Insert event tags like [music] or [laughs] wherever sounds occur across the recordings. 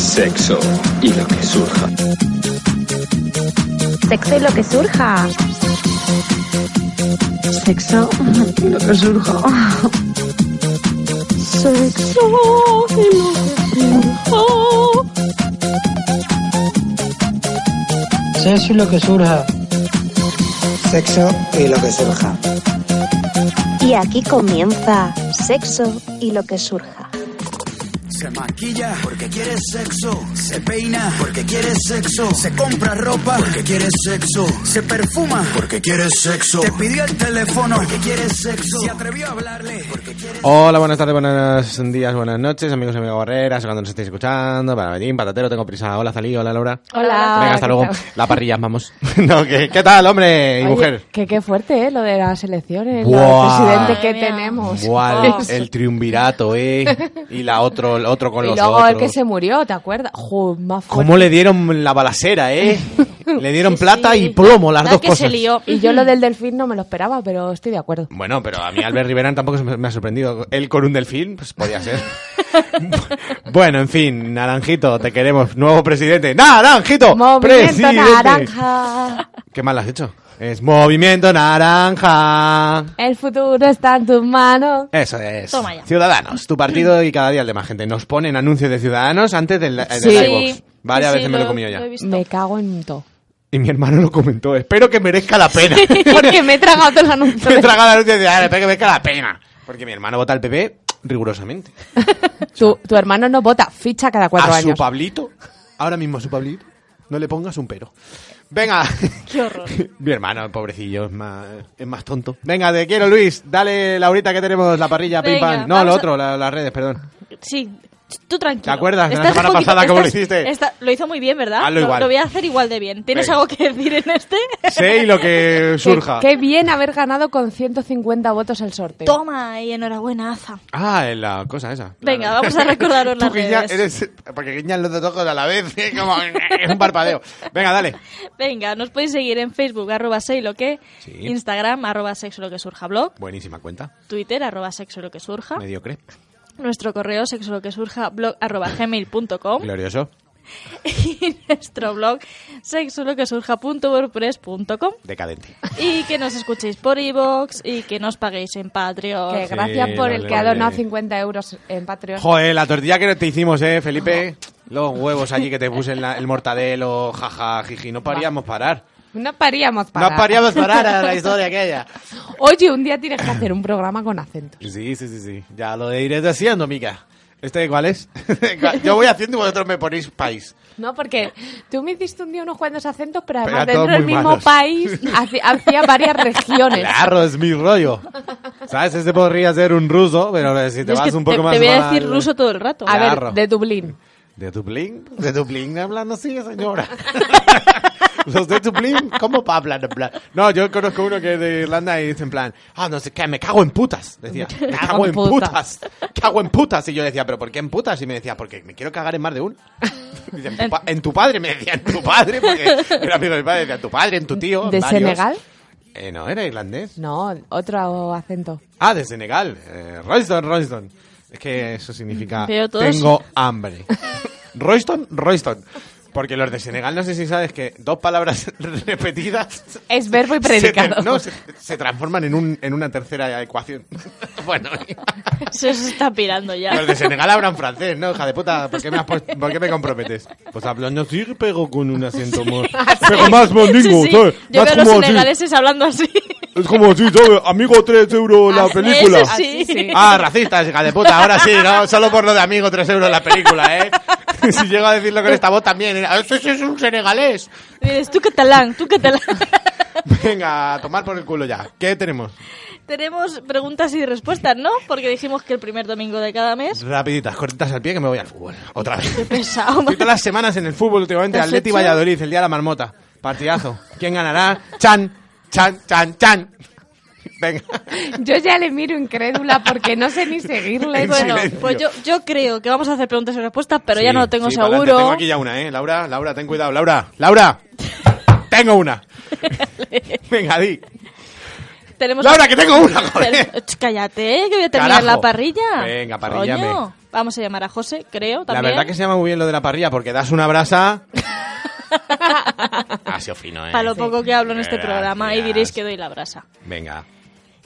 Sexo y lo que surja. Sexo y lo que surja. Sexo y lo que surja. Sexo y lo que surja. Sexo y lo que surja. Sexo y lo que surja. Y aquí comienza Sexo y lo que surja. Se maquilla porque quiere sexo. Se peina porque quiere sexo. Se compra ropa porque quiere sexo. Se perfuma porque quiere sexo. Te pidió el teléfono porque quiere sexo. Se atrevió a hablarle porque quiere Hola, buenas tardes, buenos días, buenas noches, amigos y amigas guerreras, cuando nos estéis escuchando, para Medellín, patatero, tengo prisa. Hola, Zalí, hola, Laura. Hola. Venga, hasta luego. La parrilla, vamos. no, ¿qué, ¿Qué tal, hombre y Oye, mujer? Que qué fuerte, ¿eh? Lo de las elecciones, Buah. lo del presidente que Madre mía. tenemos. Buah, el- Oh. el, triunvirato, ¿eh? Y la otro, el otro con y los luego el otros. que se murió, ¿te acuerdas? Jo, más fuerte. ¿Cómo le dieron la balacera, eh? Le dieron Sí, plata sí. y plomo, las La dos que cosas. se lió. Y yo lo del delfín no me lo esperaba, pero estoy de acuerdo. Bueno, pero a mí Albert Rivera tampoco se me me ha sorprendido. Él con un delfín, pues podía ser. bueno, en fin, Naranjito, te queremos. Nuevo presidente. ¡Naranjito! Movimiento ¡Presidente! naranja. ¿Qué mal has hecho? Es Movimiento Naranja. El futuro está en tus manos. Eso es. Toma ya. Ciudadanos, tu partido y cada día el de más gente. Nos ponen anuncios de Ciudadanos antes del, del Sí. iVoox. Varias sí, veces me lo he comido ya. he visto. Me cago en [laughs] todo. Y mi hermano lo comentó. Espero que merezca la [laughs] pena. Porque me he tragado todo el anuncio. Me he tragado la luz de "Ah, espero que merezca la pena. Porque mi hermano vota al PP rigurosamente. tu, tu hermano no vota, ficha cada cuatro a su años. Pablito, ahora mismo a su Pablito, no le pongas un pero. Venga. [laughs] Qué horror. Mi hermano, el pobrecillo, es más, es más tonto. Venga, te quiero, Luis. Dale, Laurita, que tenemos la parrilla, pim Venga, pam. No, vamos lo a- otro, la- las redes, perdón. Sí, tú tranquilo. ¿Te acuerdas de la Estás un semana poquito- pasada cómo lo estás- hiciste? está- lo hizo muy bien, ¿verdad? Hazlo lo, igual. lo voy a hacer igual de bien. ¿Tienes Venga. algo que decir en este? Sé y lo que Qué- surja. Qué bien haber ganado con 150 votos el sorteo. Toma y enhorabuena, Aza. Ah, en la cosa esa. Venga, vamos a recordaros [laughs] Tú las guiña- redes. eres- porque guiñan los dos ojos a la vez, [laughs] como es un parpadeo. Venga, dale. Venga, nos podéis seguir en Facebook, arroba sé lo que, Sí. Instagram, arroba sexo lo que surja blog, Buenísima cuenta, Twitter, arroba sexo lo que surja, mediocre, nuestro correo sexo lo que surja blog, arroba gmail.com glorioso. y nuestro blog sexo lo que surja.wordpress.com Decadente. y que nos escuchéis por iVoox y que nos paguéis en Patreon. Que Sí, gracias por el dale, que ha donado dale. 50 euros en Patreon. Joder, la tortilla que te hicimos, eh, Felipe. Los huevos allí que te puse en la- el mortadelo, jaja, jiji. No paríamos parar. No paríamos para. No paríamos parar a [laughs] la historia aquella. [laughs] Oye, un día tienes que hacer un programa con acento. Sí, sí, sí, sí. Ya lo iré haciendo, mica. ¿Este cuál es? [laughs] Yo voy haciendo y vosotros me ponéis país. No, porque tú me hiciste un día unos cuantos acentos, pero Pero además eran todos dentro del muy mismo malos. país haci- hacía varias regiones. Claro, es mi rollo. ¿Sabes? Este podría ser un ruso, pero si te Yo es vas que un poco te, más... eh, te voy a al- decir ruso todo el rato. [laughs] A claro. ver, de Dublín. ¿De Dublín? ¿De Dublín hablando? Sí, [laughs] señora. Los de Dublín, ¿cómo para hablar en plan? No, yo conozco uno que es de Irlanda y dice en plan, ah, no sé qué, me cago en putas. [laughs] Decía, me cago en putas. Cago en putas. Y yo decía, ¿pero por qué en putas? Y me decía, porque me quiero cagar en más de [laughs] uno. Dice, en, tu pa- en tu padre, me decía, en tu padre, [laughs] porque era amigo de mi padre, decía, en tu padre, en tu tío. en ¿De varios. Senegal? Eh, no, era irlandés. No, otro acento. Ah, de Senegal. Eh, Royston, Royston. Es que eso significa Pero Mm, todos- tengo hambre. [laughs] Royston, Royston. Porque los de Senegal, no sé si sabes que dos palabras [laughs] [laughs] repetidas Es [laughs] verbo y se, te- predicado. no, se- se transforman en, un, en una tercera ecuación. [laughs] [laughs] bueno, Se os está pirando ya. [laughs] los de Senegal hablan francés, ¿no? Hija de puta, ¿por qué me, has puesto- por qué me comprometes? Pues hablando así, pego con un acento [laughs] más... Pero más mondingo, Ah, Sí, sí. ¿sabes? Yo Más veo a los como así. senegaleses hablando así. Es como así, ¿sabes? Amigo, 3 euros la Así es, película. Ah, Eso Así sí. sí. Ah, racista, hija de puta, ahora sí, ¿no? Solo por lo de amigo, 3 euros la película, ¿eh? [laughs] si llego a decirlo con esta voz también, ¿eh? eso sí es un senegalés. Dices, tú catalán, tú catalán. Venga, a tomar por el culo ya. ¿Qué tenemos? [laughs] Tenemos preguntas y respuestas, ¿no? Porque dijimos que el primer domingo de cada mes. Rapiditas, cortitas al pie que me voy al fútbol. Otra vez. Qué pesado. Estoy todas las semanas en el fútbol últimamente. ¿Has Atleti hecho? Valladolid, el día de la marmota. Partidazo. ¿Quién ganará? Chan, chan, chan, chan. [laughs] Venga. Yo ya le miro incrédula porque no sé ni seguirle. En Bueno, silencio. pues yo, yo creo que vamos a hacer preguntas y respuestas, pero ya no lo tengo Sí, sí, para adelante. seguro. Tengo aquí ya una, ¿eh? Laura, Laura, ten cuidado. [laughs] Laura, Laura. Tengo una. Venga, di. tenemos. Laura, que tengo una, joder. Ten- Ch, Cállate, que voy a terminar Carajo. la parrilla. Venga, parrillame. Coño. Vamos a llamar a José, creo, La también. verdad que se llama muy bien lo de la parrilla porque das una [laughs] brasa. ha sido fino, ¿eh? Para lo poco que hablo en este Gracias. programa y diréis que doy la brasa. Venga.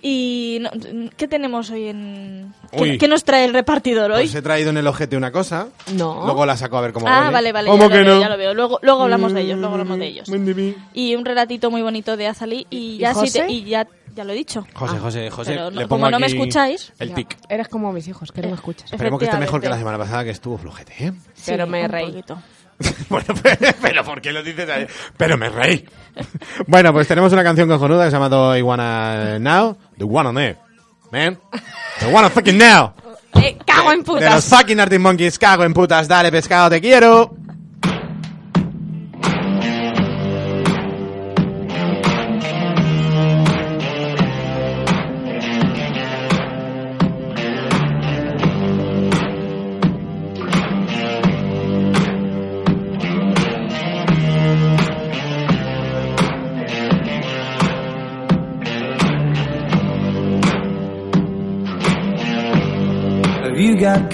Y no- ¿qué tenemos hoy en ¿Qué, Uy. qué nos trae el repartidor hoy? Pues he traído en el ojete una cosa. No. Luego la saco a ver cómo ah, huele. vale, vale, ¿eh? ¿Cómo ya, que lo veo, no? Mm, ya lo veo. Luego, luego hablamos de ellos, luego hablamos de ellos. Mendimí. Y un relatito muy bonito de Azalí y, ¿Y ya sí te- José? y ya ya lo he dicho. José, José, José. Ah, Pero no- le pongo como no me aquí escucháis, El Ya. tic. Eres como mis hijos, que no me escuchas. Esperemos que esté mejor que la Efectivamente. semana pasada que estuvo flojete, ¿eh? [laughs] Pero me un reí. poquito. bueno, pues, pero ¿por qué lo dices ahí? Pero me reí. [laughs] bueno, pues tenemos una canción cojonuda que se llama Do I Wanna Now? The Wanna Now. Man. The Wanna Fucking Now. Eh, cago en De los putas. fucking Arctic Monkeys, cago en putas, dale pescado, te quiero. Have you got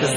Cause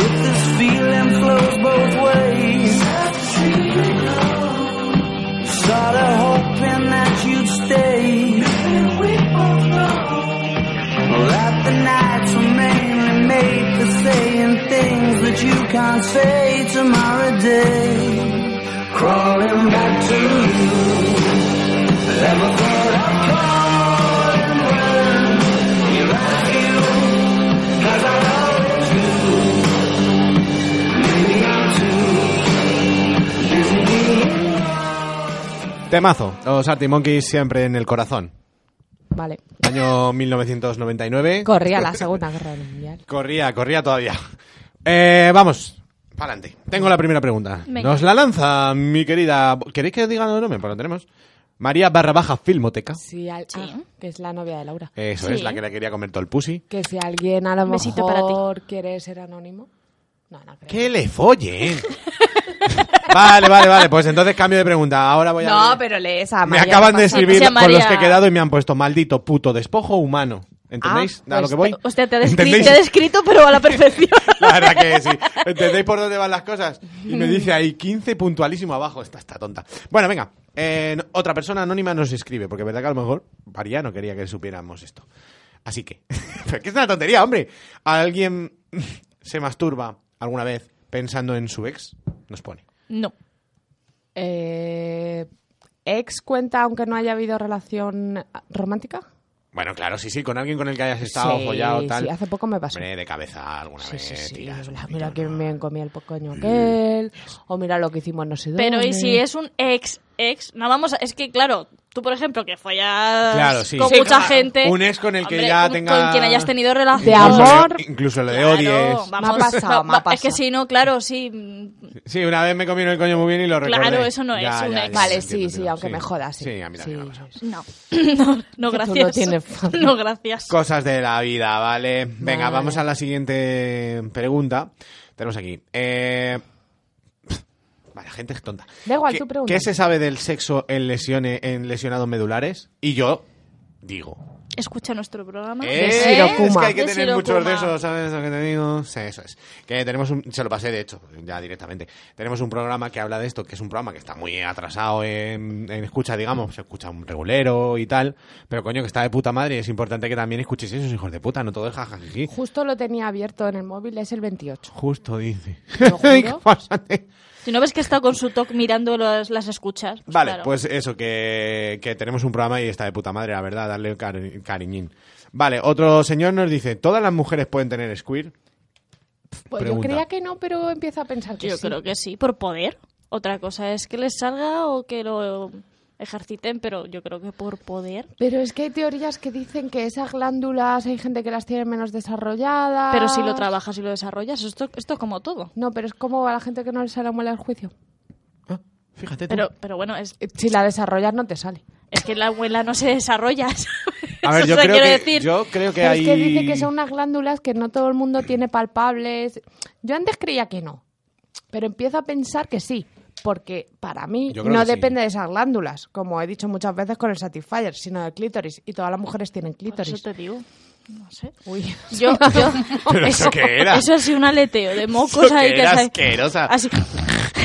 if this feeling flows both ways? Sort of hoping that you'd stay. we both know. Well, that the nights were mainly made for saying things that you can't say tomorrow day. Crawling back to you. Never thought I'd call and run. Here I feel, cause I always do. Maybe I'm too busy being Temazo. Los Arctic Monkeys siempre en el corazón. Vale. Año 1999. Corría la Segunda Guerra Mundial. corría, corría todavía. Eh, vamos. Para adelante. Tengo la primera pregunta. Venga. Nos la lanza mi querida... ¿Queréis que diga el nombre? Pues lo tenemos. María barra baja Filmoteca. Sí, al- ah, que es la novia de Laura. Eso Sí. es, la que le quería comer todo el pussy. Que si alguien a lo Besito para ti. mejor quiere ser anónimo. No, no creo. ¡Que le [laughs] follen! vale, vale, vale. Pues entonces cambio de pregunta. Ahora voy a... No, leer. pero lees a Me María acaban de Pastor. escribir Sí, con María. los que he quedado y me han puesto maldito puto despojo humano. ¿Entendéis? Ah, ¿A lo que voy? Hostia, pues te ha, descri- ¿Entendéis? te ha descrito, pero a la perfección. [laughs] La verdad que sí. ¿Entendéis por dónde van las cosas? Y me dice ahí 15 puntualísimo abajo. Esta está tonta. Bueno, venga. Eh, no- otra persona anónima nos escribe, porque verdad que a lo mejor María no quería que supiéramos esto. Así que. [laughs] pero que es una tontería, hombre. ¿Alguien se masturba alguna vez pensando en su ex? Nos pone. No. Eh, ¿Ex cuenta aunque no haya habido relación romántica? Bueno, claro, sí, sí, con alguien con el que hayas estado Sí, follado, tal. sí, hace poco me pasó. Hombre, de cabeza alguna Sí, vez. sí, sí. tiras un Mira, poquito, mira quién ¿no? Mm. me comía el coño aquel. O mira lo que hicimos no sé dónde. Pero y si es un ex, ex, no vamos a, es que claro, tú por ejemplo que follas Claro, sí. con Sí, mucha claro. gente, Un ex con el que hombre, ya con- tenga- con quien hayas tenido relación, De Incluso le- amor. Incluso le Claro, odies. vamos, Me ha pasado, me ha Es que pasado. si [laughs] no, claro, sí. mm, Sí, una vez me comieron el coño muy bien y lo Claro, recordé. eso no es un Vale, sí, ex. entiendo, sí, entiendo. aunque me jodas, sí. Sí, a mí también me Sí, ha pasado. sí, sí. No, [laughs] no, no, Que tú gracias. no [laughs] tienes fan. No, gracias. Cosas de la vida, ¿vale? Venga, Vale. vamos a la siguiente pregunta. Tenemos aquí. Eh... Vale, gente es tonta. Da igual, ¿Qué, tú pregunta. ¿Qué se sabe del sexo en, lesiones, en lesionados medulares? Y yo digo... Escucha nuestro programa. ¿Eh? Shirokuma. Es que hay que De tener Shirokuma. muchos de esos, ¿sabes lo que te digo? Sí, eso es. Que tenemos un, se lo pasé, de hecho, ya directamente. Tenemos un programa que habla de esto, que es un programa que está muy atrasado en, en escucha, digamos, se escucha un regulero y tal, pero coño, que está de puta madre y es importante que también escuchéis esos hijos de puta, no todo es jajajiji. Justo lo tenía abierto en el móvil, es [laughs] el 28. Justo [laughs] dice. Lo juro. Pásate. Si no ves que está con su talk mirando las, las escuchas. Vale, claro. pues eso, que, que tenemos un programa y está de puta madre, la verdad, darle cari- Cariñín. Vale, otro señor nos dice, ¿todas las mujeres pueden tener squir? Pues Pregunta. yo creía que no, pero empiezo a pensar que Yo sí. creo que sí, por poder. Otra cosa es que les salga o que lo ejerciten, pero yo creo que por poder. Pero es que hay teorías que dicen que esas glándulas hay gente que las tiene menos desarrolladas. Pero si lo trabajas y lo desarrollas, esto, esto es como todo. No, pero es como a la gente que no le sale muela el juicio. Fíjate tú. Pero, pero bueno, es, Eh, Si la desarrollas no te sale. es que la abuela no se desarrolla. [laughs] ¿sabes? [laughs] A ver, Eso yo te creo, quiero que, decir. yo creo que Pero hay... es que dice que son unas glándulas que no todo el mundo tiene palpables. Yo antes creía que no, pero empiezo a pensar que sí, porque para mí Yo creo que no sí. depende de esas glándulas, como he dicho muchas veces con el Satisfyer, sino del clítoris, y todas las mujeres tienen Por eso clítoris. te digo. No sé. Uy. [laughs] Yo, yo- [laughs] ¿Pero eso qué era? Eso ha sido un aleteo de mocos Eso ahí que que era sale- asquerosa. Así. [laughs]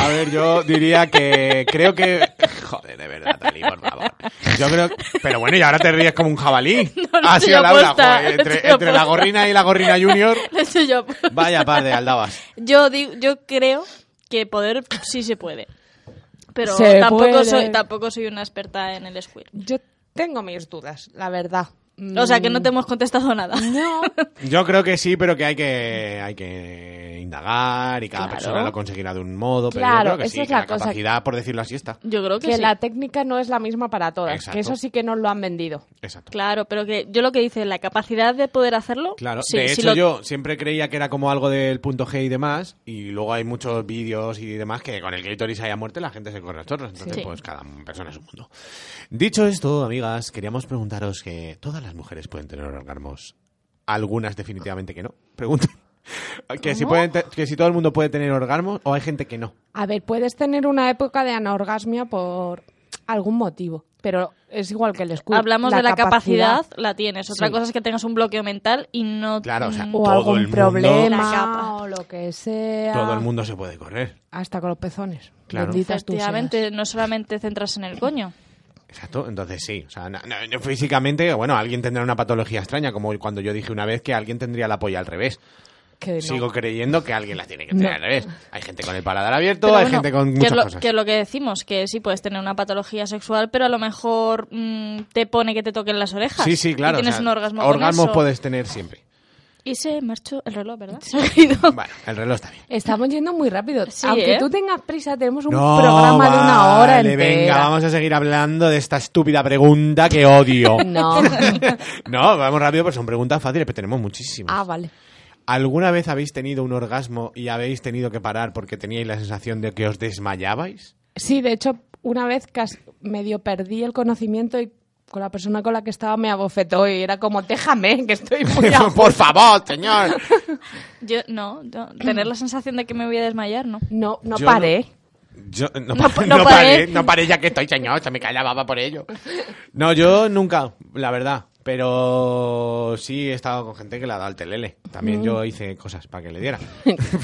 A ver, yo diría [laughs] que creo que... Joder, de verdad, Tali, por favor. Yo creo... Pero bueno, y ahora te ríes como un [laughs] jabalí. No, no ha te sido lo Laura, apuesta, joder, no te entre, lo entre la apuesta. gorrina y la gorrina junior. Lo he hecho yo. Vaya par de aldabas. [laughs] Yo digo, yo creo que poder sí se puede. Pero Se tampoco puede. soy tampoco soy una experta en el squirt. Yo tengo mis dudas, la verdad. O sea que Mm, no te hemos contestado nada. No, Yo creo que sí, pero que hay que, hay que indagar y cada Claro. persona lo conseguirá de un modo. Pero Claro, yo creo que esa sí, es que la la cosa. capacidad, por decirlo así, está. Yo creo que, que Pues sí. la técnica no es la misma para todas, Exacto. que eso sí que nos lo han vendido. Exacto. Claro, pero que yo lo que dice, la capacidad de poder hacerlo. Claro, sí, de sí hecho lo- yo siempre creía que era como algo del punto G y demás, y luego hay muchos vídeos y demás que con el clítoris haya muerte la gente se corre a chorros, entonces Sí. pues cada persona es un mundo. Dicho esto, amigas, queríamos preguntaros que todas las mujeres pueden tener orgasmos, algunas definitivamente que no, pregunten. [laughs] Que si, pueden te- que si todo el mundo puede tener orgasmos o hay gente que no. A ver, puedes tener una época de anorgasmia por algún motivo, pero es igual que el escudo. Hablamos de la capacidad, la tienes. Otra Sí. cosa es que tengas un bloqueo mental y no. Claro, o sea, mm, o Todo el algún mundo- La problema capa. o lo que sea. Todo el mundo se puede correr. Hasta con los pezones. Claro. Benditas tú seas. Efectivamente, no solamente centras en [laughs] el coño. Exacto, entonces sí. O sea, no- no- no, físicamente, bueno, alguien tendrá una patología extraña, como cuando yo dije una vez que alguien tendría la polla al revés. Que no. Sigo creyendo que alguien las tiene que tener No. al revés. Hay gente con el paladar abierto, Pero hay bueno, gente con que muchas es lo, cosas. que es lo que decimos, que sí puedes tener una patología sexual, pero a lo mejor mm, te pone que te toquen las orejas. Sí, sí, claro. Y o tienes sea, un orgasmo. con Orgasmos eso. puedes tener [laughs] siempre. Y se marchó el reloj, ¿verdad? [laughs] Se ha ido. Bueno, el reloj está bien. Estamos yendo muy rápido. Sí, Aunque ¿eh? tú tengas prisa, tenemos un No, programa de una hora vale, entera. venga, vamos a seguir hablando de esta estúpida pregunta que [laughs] odio. No. no, vamos rápido, pues son preguntas fáciles, pero tenemos muchísimas. ah, vale. ¿Alguna vez habéis tenido un orgasmo y habéis tenido que parar porque teníais la sensación de que os desmayabais? Sí, de hecho, una vez casi medio perdí el conocimiento y con la persona con la que estaba me abofetó y era como, déjame, que [laughs] estoy muy a Por favor, señor. Yo, no, no, tener la sensación de que me voy a desmayar, no. No, no Yo no- paré. Yo no, No, pa- no no paré. paré, no paré ya que estoy, señor, se me cae la baba por ello. No, yo nunca, la verdad. Pero sí he estado con gente que le ha dado el telele. También Mm. yo hice cosas para que le [laughs] diera.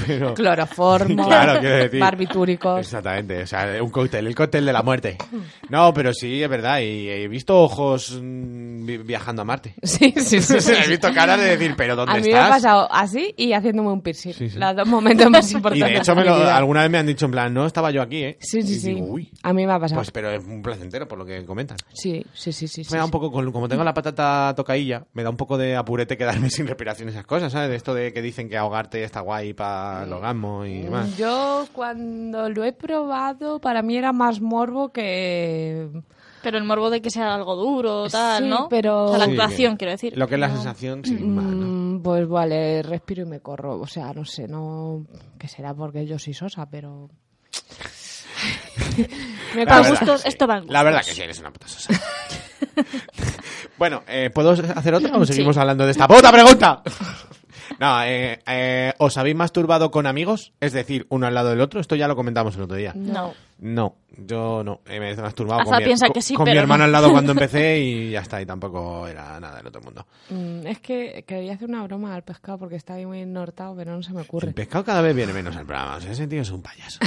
Pero, [laughs] Cloroformo, Claro, quiero decir. barbitúricos. Exactamente, o sea, un cóctel, el cóctel de la muerte. No, pero sí, es verdad, y he visto ojos mm, vi- viajando a Marte. [laughs] [laughs] Sí, sí, sí. sí. he visto caras de decir, pero [laughs] ¿dónde A mí me ha estás? pasado así y haciéndome un piercing. Los dos momentos [laughs] más y importantes. de hecho, mi me lo- vida. alguna vez me han dicho en plan, no estaba yo aquí, ¿eh? Sí, Y sí, sí. digo, uy. A mí me ha pasado. Pues, pero es un placentero, por lo que comentan. sí, sí, sí, sí. sí, me da sí. un poco, con- como tengo la patata tocadilla, me da un poco de apurete quedarme [laughs] sin respiración y esas cosas, ¿sabes? De esto de que dicen que ahogarte está guay para el orgasmo Mm, y demás. Yo cuando lo he probado, para mí era más morbo que... Pero el morbo de que sea algo duro, Sí, tal, ¿no? pero- O sea, la Sí, actuación, que- quiero decir. Lo que es la No. sensación, sí, más, ¿no? Mm, Pues vale, respiro y me corro. O sea, no sé, no... Que será porque yo soy sosa, pero... me La causa- verdad. gustos, esto va en La verdad que gustos. sí, eres una puta sosa. [laughs] bueno, eh, ¿puedo hacer otra o seguimos hablando de esta puta pregunta? no, eh, eh, ¿os habéis masturbado con amigos? Es decir, uno al lado del otro. Esto ya lo comentamos el otro día. No. No, yo no. eh, me he masturbado Azar con, mi, piensa co- que sí, con mi pero hermano no. al lado [laughs] cuando empecé y ya está. Y tampoco era nada del otro mundo. Mm, es que quería hacer una broma al pescado porque está ahí muy enhortado, pero no se me El ocurre. pescado cada vez viene menos al programa. O sea, ese tío es un [laughs] payaso.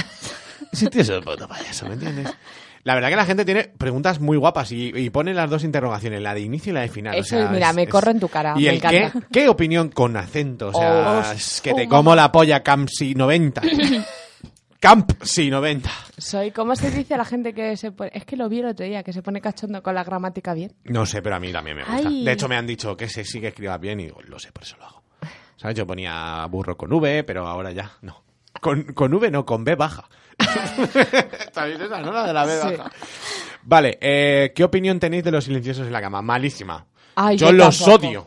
Ese tío es un puto payaso, ¿me entiendes? La verdad que la gente tiene preguntas muy guapas y, y pone las dos interrogaciones, la de inicio y la de final. Eso, o sea, mira, es- me es- corro en tu cara, ¿Y me el encanta. qué? ¿Qué opinión con acento? O sea, Oh, es que te oh, [coughs] como la polla Camsi 90. Camp, sí, 90. Soy, ¿cómo se dice a la gente que se pone? Es que lo vi el otro día, que se pone cachondo con la gramática bien. No sé, pero a mí también me gusta. Ay. De hecho, me han dicho que se sí que escribas bien y digo, lo sé, por eso lo hago. ¿Sabes? Yo ponía burro con V, pero ahora ya no. Con, con V no, con B baja. [laughs] ¿Sabéis esa, no? La de la B Sí. baja. Vale, eh, ¿qué opinión tenéis de los silenciosos en la cama? Malísima. Ay, yo yo los tampoco. Pues- odio.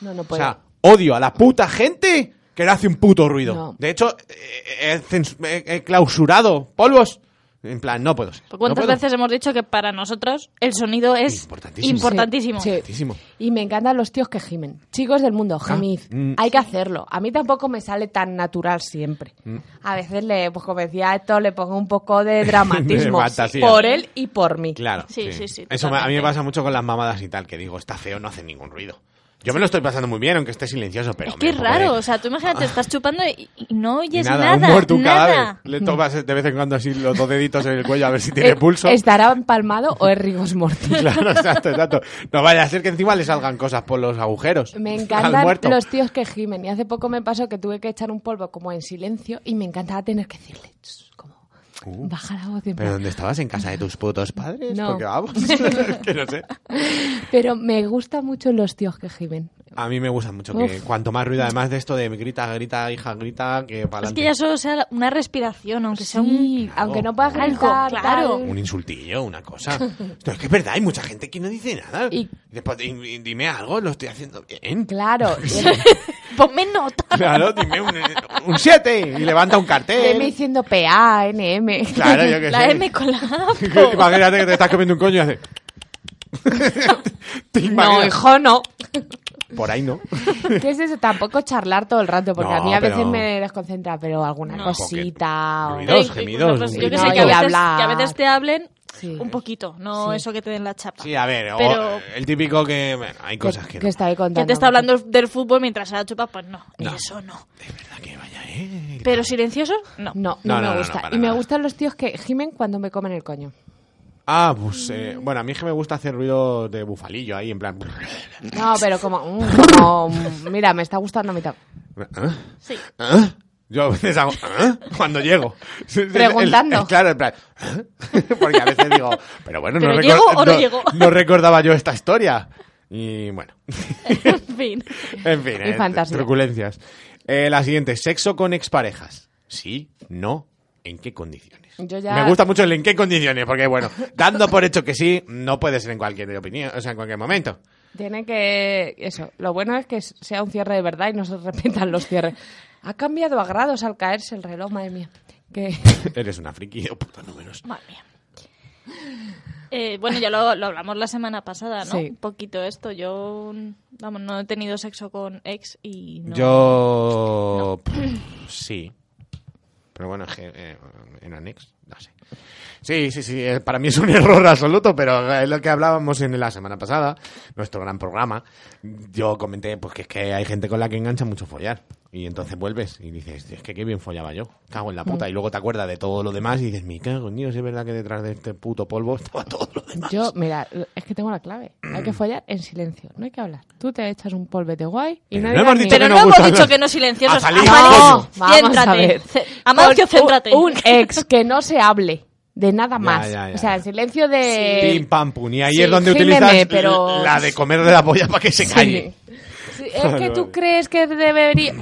No, no O puedo. sea, odio a la puta gente que le hace un puto ruido. No. De hecho, eh, he, cens- he- he clausurado polvos. En plan, no puedo ser. no Pues ¿Cuántas puedo. veces hemos dicho que para nosotros el sonido es Importantísimo. importantísimo? Sí, sí. Tantísimo. Y me encantan los tíos que gimen. Chicos del mundo, gemid. mm. Hay que hacerlo. A mí tampoco me sale tan natural siempre. Mm. A veces, le, pues como decía esto, le pongo un poco [laughs] de [laughs] dramatismo. fantasía. por él y por mí. Claro. Sí, sí, sí, Eso me- a mí me totalmente. pasa mucho con las mamadas y tal, que digo, está feo, no hace ningún ruido. Yo me lo estoy pasando muy bien, aunque esté silencioso, pero... Es que es hombre, un poco raro, de- o sea, tú imagínate, estás chupando y, y no y oyes nada, nada, un nada. muerto, un cadáver. Le tomas de vez en cuando así los dos deditos en el cuello a ver si tiene Eh, pulso. ¿Estará empalmado o es rigos mortis? [laughs] Claro, exacto, exacto. No vaya a ser que encima le salgan cosas por los agujeros. Me Al encantan muerto. los tíos que gimen. Y hace poco me pasó que tuve que echar un polvo como en silencio y me encantaba tener que decirle, "Ch, como, Uh. baja la voz. y en ¿Pero plan- dónde estabas? ¿En casa de tus putos padres? No. Porque [laughs] vamos, [laughs] que no sé. [laughs] Pero me gustan mucho los tíos que gimen. A mí me gusta mucho que Uf. cuanto más ruido, además de esto de grita, grita, hija, grita, que para Es que ya solo sea una respiración, aunque sea un... Sí, Oh. aunque no puedas Algo, gritar, claro. tal. un insultillo, una cosa. No, es que es verdad, hay mucha gente que no dice nada. Y- Después, di- di- dime algo, lo estoy haciendo bien. [laughs] Claro. [laughs] Ponme nota. Claro, dime un 7 y levanta un Veme cartel. diciendo PA, NM. Claro, yo qué La sé. M con la A. po. Imagínate [laughs] que te estás comiendo un coño y hace... [laughs] Te [laughs] No, imaginas- hijo, no. Por ahí no. ¿Qué es eso? Tampoco charlar todo el rato, porque No, a mí a veces pero- me desconcentra, pero alguna No, cosita. o- porque- Ruidos, Ey, gemidos, una cosa- Yo que gritos. sé, que a, Y veces, hablar. que a veces te hablen Sí. un poquito, no Sí. eso que te den la chapa. Sí, a ver, o- Pero- el típico que... Bueno, hay cosas que... que no. está ahí Que contando. te está hablando del fútbol mientras se la chupa, pues no, No. eso no. De verdad que vaya, eh. Pero silencioso, no. No, No, no, no, no, me no, gusta. para y me nada. gustan los tíos que gimen cuando me comen el coño. Ah, pues... eh, bueno, a mí es que me gusta hacer ruido de bufalillo ahí, en plan... [laughs] No, pero como, mm, como, mm, mira, me está gustando mi toque. ¿Ah? Sí. ¿Ah? Yo a veces hago ¿ah? cuando llego. Preguntando. El- el- claro, en plan. ¿ah? [laughs] Porque a veces digo, pero bueno, no, ¿Pero recor- llego o no no- llego? no recordaba yo esta historia. Y [laughs] bueno, [laughs] en fin. en fin, Y eh, fantasía. truculencias. Eh, la siguiente, sexo con exparejas. Sí, no, ¿en qué condiciones? Yo ya- Me gusta mucho el en qué condiciones, porque bueno, dando por hecho que sí, no puede ser en cualquier opinión, o sea, en cualquier momento. Tiene que. Eso. Lo bueno es que sea un cierre de verdad y no se repitan los cierres. Ha cambiado a grados al caerse el reloj, madre mía. Que... Eres una friki, oh, puta, números. Madre mía. Eh, bueno, ya lo, lo hablamos la semana pasada, ¿no? Sí. Un poquito esto. Yo, vamos, no he tenido sexo con ex y no. Yo. pff, Sí. Pero bueno, es que eh, eran ex, no sé. Sí, sí, sí, eh, para mí es un [laughs] error absoluto, pero es lo que hablábamos en la semana pasada, nuestro gran programa. Yo comenté pues que es que hay gente con la que engancha mucho follar. Y entonces vuelves y dices, es que qué bien follaba yo, cago en la Mm. puta. Y luego te acuerdas de todo lo demás y dices, mi cago en Dios, es verdad que detrás de este puto polvo estaba todo lo demás. Yo, mira, es que tengo la clave. Hay que follar en silencio. No hay que hablar. Tú te echas un polvete guay Pero Eh, y no, no digas hemos ni- dicho Pero que no, nos hemos gusta dicho hablar. que no silenciosos. A salir, coño. Amancio, Vamos a ver. céntrate. Ce- Amancio, Con céntrate. Un, un ex que no se hable de nada Ya, más. ya, ya, o sea, en ya. silencio de. Pim, pam, pum. Y ahí Eh, sí, es donde gímeme, utilizas pero- la de comer de la polla para que se calle. Sí, Es [laughs] que Vale, tú vale. crees [laughs] que debería.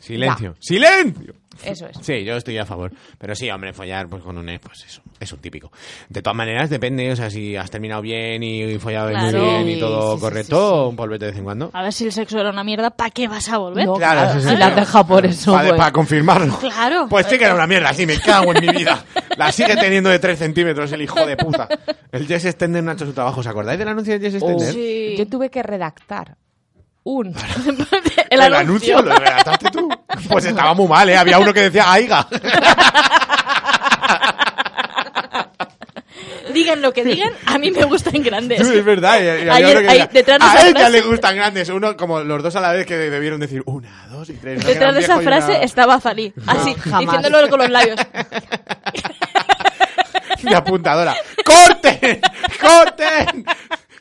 Silencio. ¡Silencio! Eso es. Sí, yo estoy a favor. Pero sí, hombre, follar pues, con un ex, pues eso, es un típico. De todas maneras, depende, o sea, si has terminado bien y, y follado Claro. muy bien y todo Sí, sí, correcto, un polvete de vez en cuando. [laughs] A ver si el sexo era una mierda, ¿para qué vas a volver? No, claro, eso sí. si la has dejado por eso. Para, pues. para confirmarlo. Claro. Pues sí que era una mierda, sí, me cago en mi vida. La sigue teniendo de 3 centímetros el hijo de puta. El Jess Stender no ha hecho su trabajo. ¿Os acordáis del anuncio de Oh, Jess Stender? Sí. Yo tuve que redactar un. [laughs] El, anuncio. lo redactaste tú. Pues estaba muy mal, ¿eh? Había uno que decía Aiga. Digan lo que digan, a mí me gusta en grandes. Sí, es verdad. y- y había Ayer- uno que ahí, decía, detrás de a esa ella frase- le gustan grandes. Uno, como los dos a la vez que debieron decir una, dos y tres. ¿no? Que era Detrás un de esa viejo y una- [laughs] frase estaba Zalí, así, jamás. diciéndolo con los labios. De apuntadora. ¡Corten! [laughs] ¡Corten!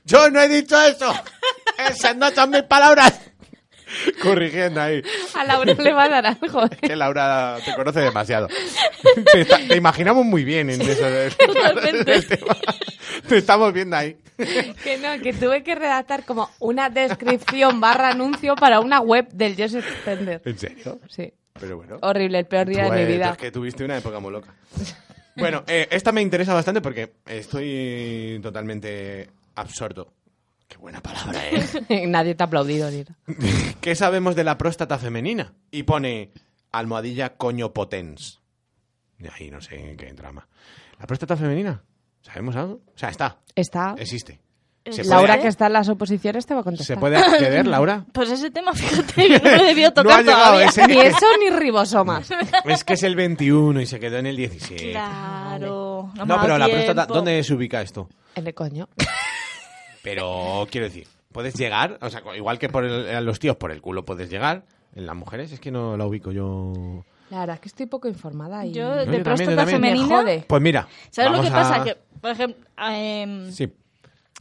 Yo no he dicho eso. Esas no son mis palabras. corrigiendo ahí. [laughs] A Laura le va a dar algo. ¿eh? Que Laura te conoce demasiado. Te, está- te imaginamos muy bien en eso. del- [laughs] totalmente. del tema. [laughs] Te estamos viendo ahí. [laughs] Que no, que tuve que redactar como una descripción barra anuncio para una web del Joseph Spender. ¿En serio? Sí. Pero bueno. Horrible, el peor día de Pues, mi vida. Es que tuviste una época muy loca. [laughs] Bueno, eh, esta me interesa bastante porque estoy totalmente absorto. Qué buena palabra, ¿eh? [laughs] Nadie te ha aplaudido, ni nada. ¿Qué sabemos de la próstata femenina? Y pone almohadilla coño potens. Y ahí no sé qué drama. ¿La próstata femenina? ¿Sabemos algo? O sea, está, Está. existe. ¿Se Laura, puede? que está en las oposiciones, te va a contestar. ¿Eh? ¿Se puede acceder, Laura? Pues ese tema, [laughs] fíjate, que no lo he debido [laughs] No ha tocar llegado todavía. ese. Ni eso [laughs] ni ribosomas. Es que es el 21 y se quedó en el 16. Claro. No, me ha dado pero la tiempo. próstata, ¿dónde se ubica esto? En el coño. Pero quiero decir, puedes llegar, o sea, co- igual que por el- a los tíos por el culo puedes llegar, en las mujeres es que no la ubico yo. La verdad es que estoy poco informada y... Yo, No, yo de también, yo próstata también. me femenina... jode. Pues mira, ¿Sabes lo vamos que pasa? a- Que, por ejemplo, em, sí,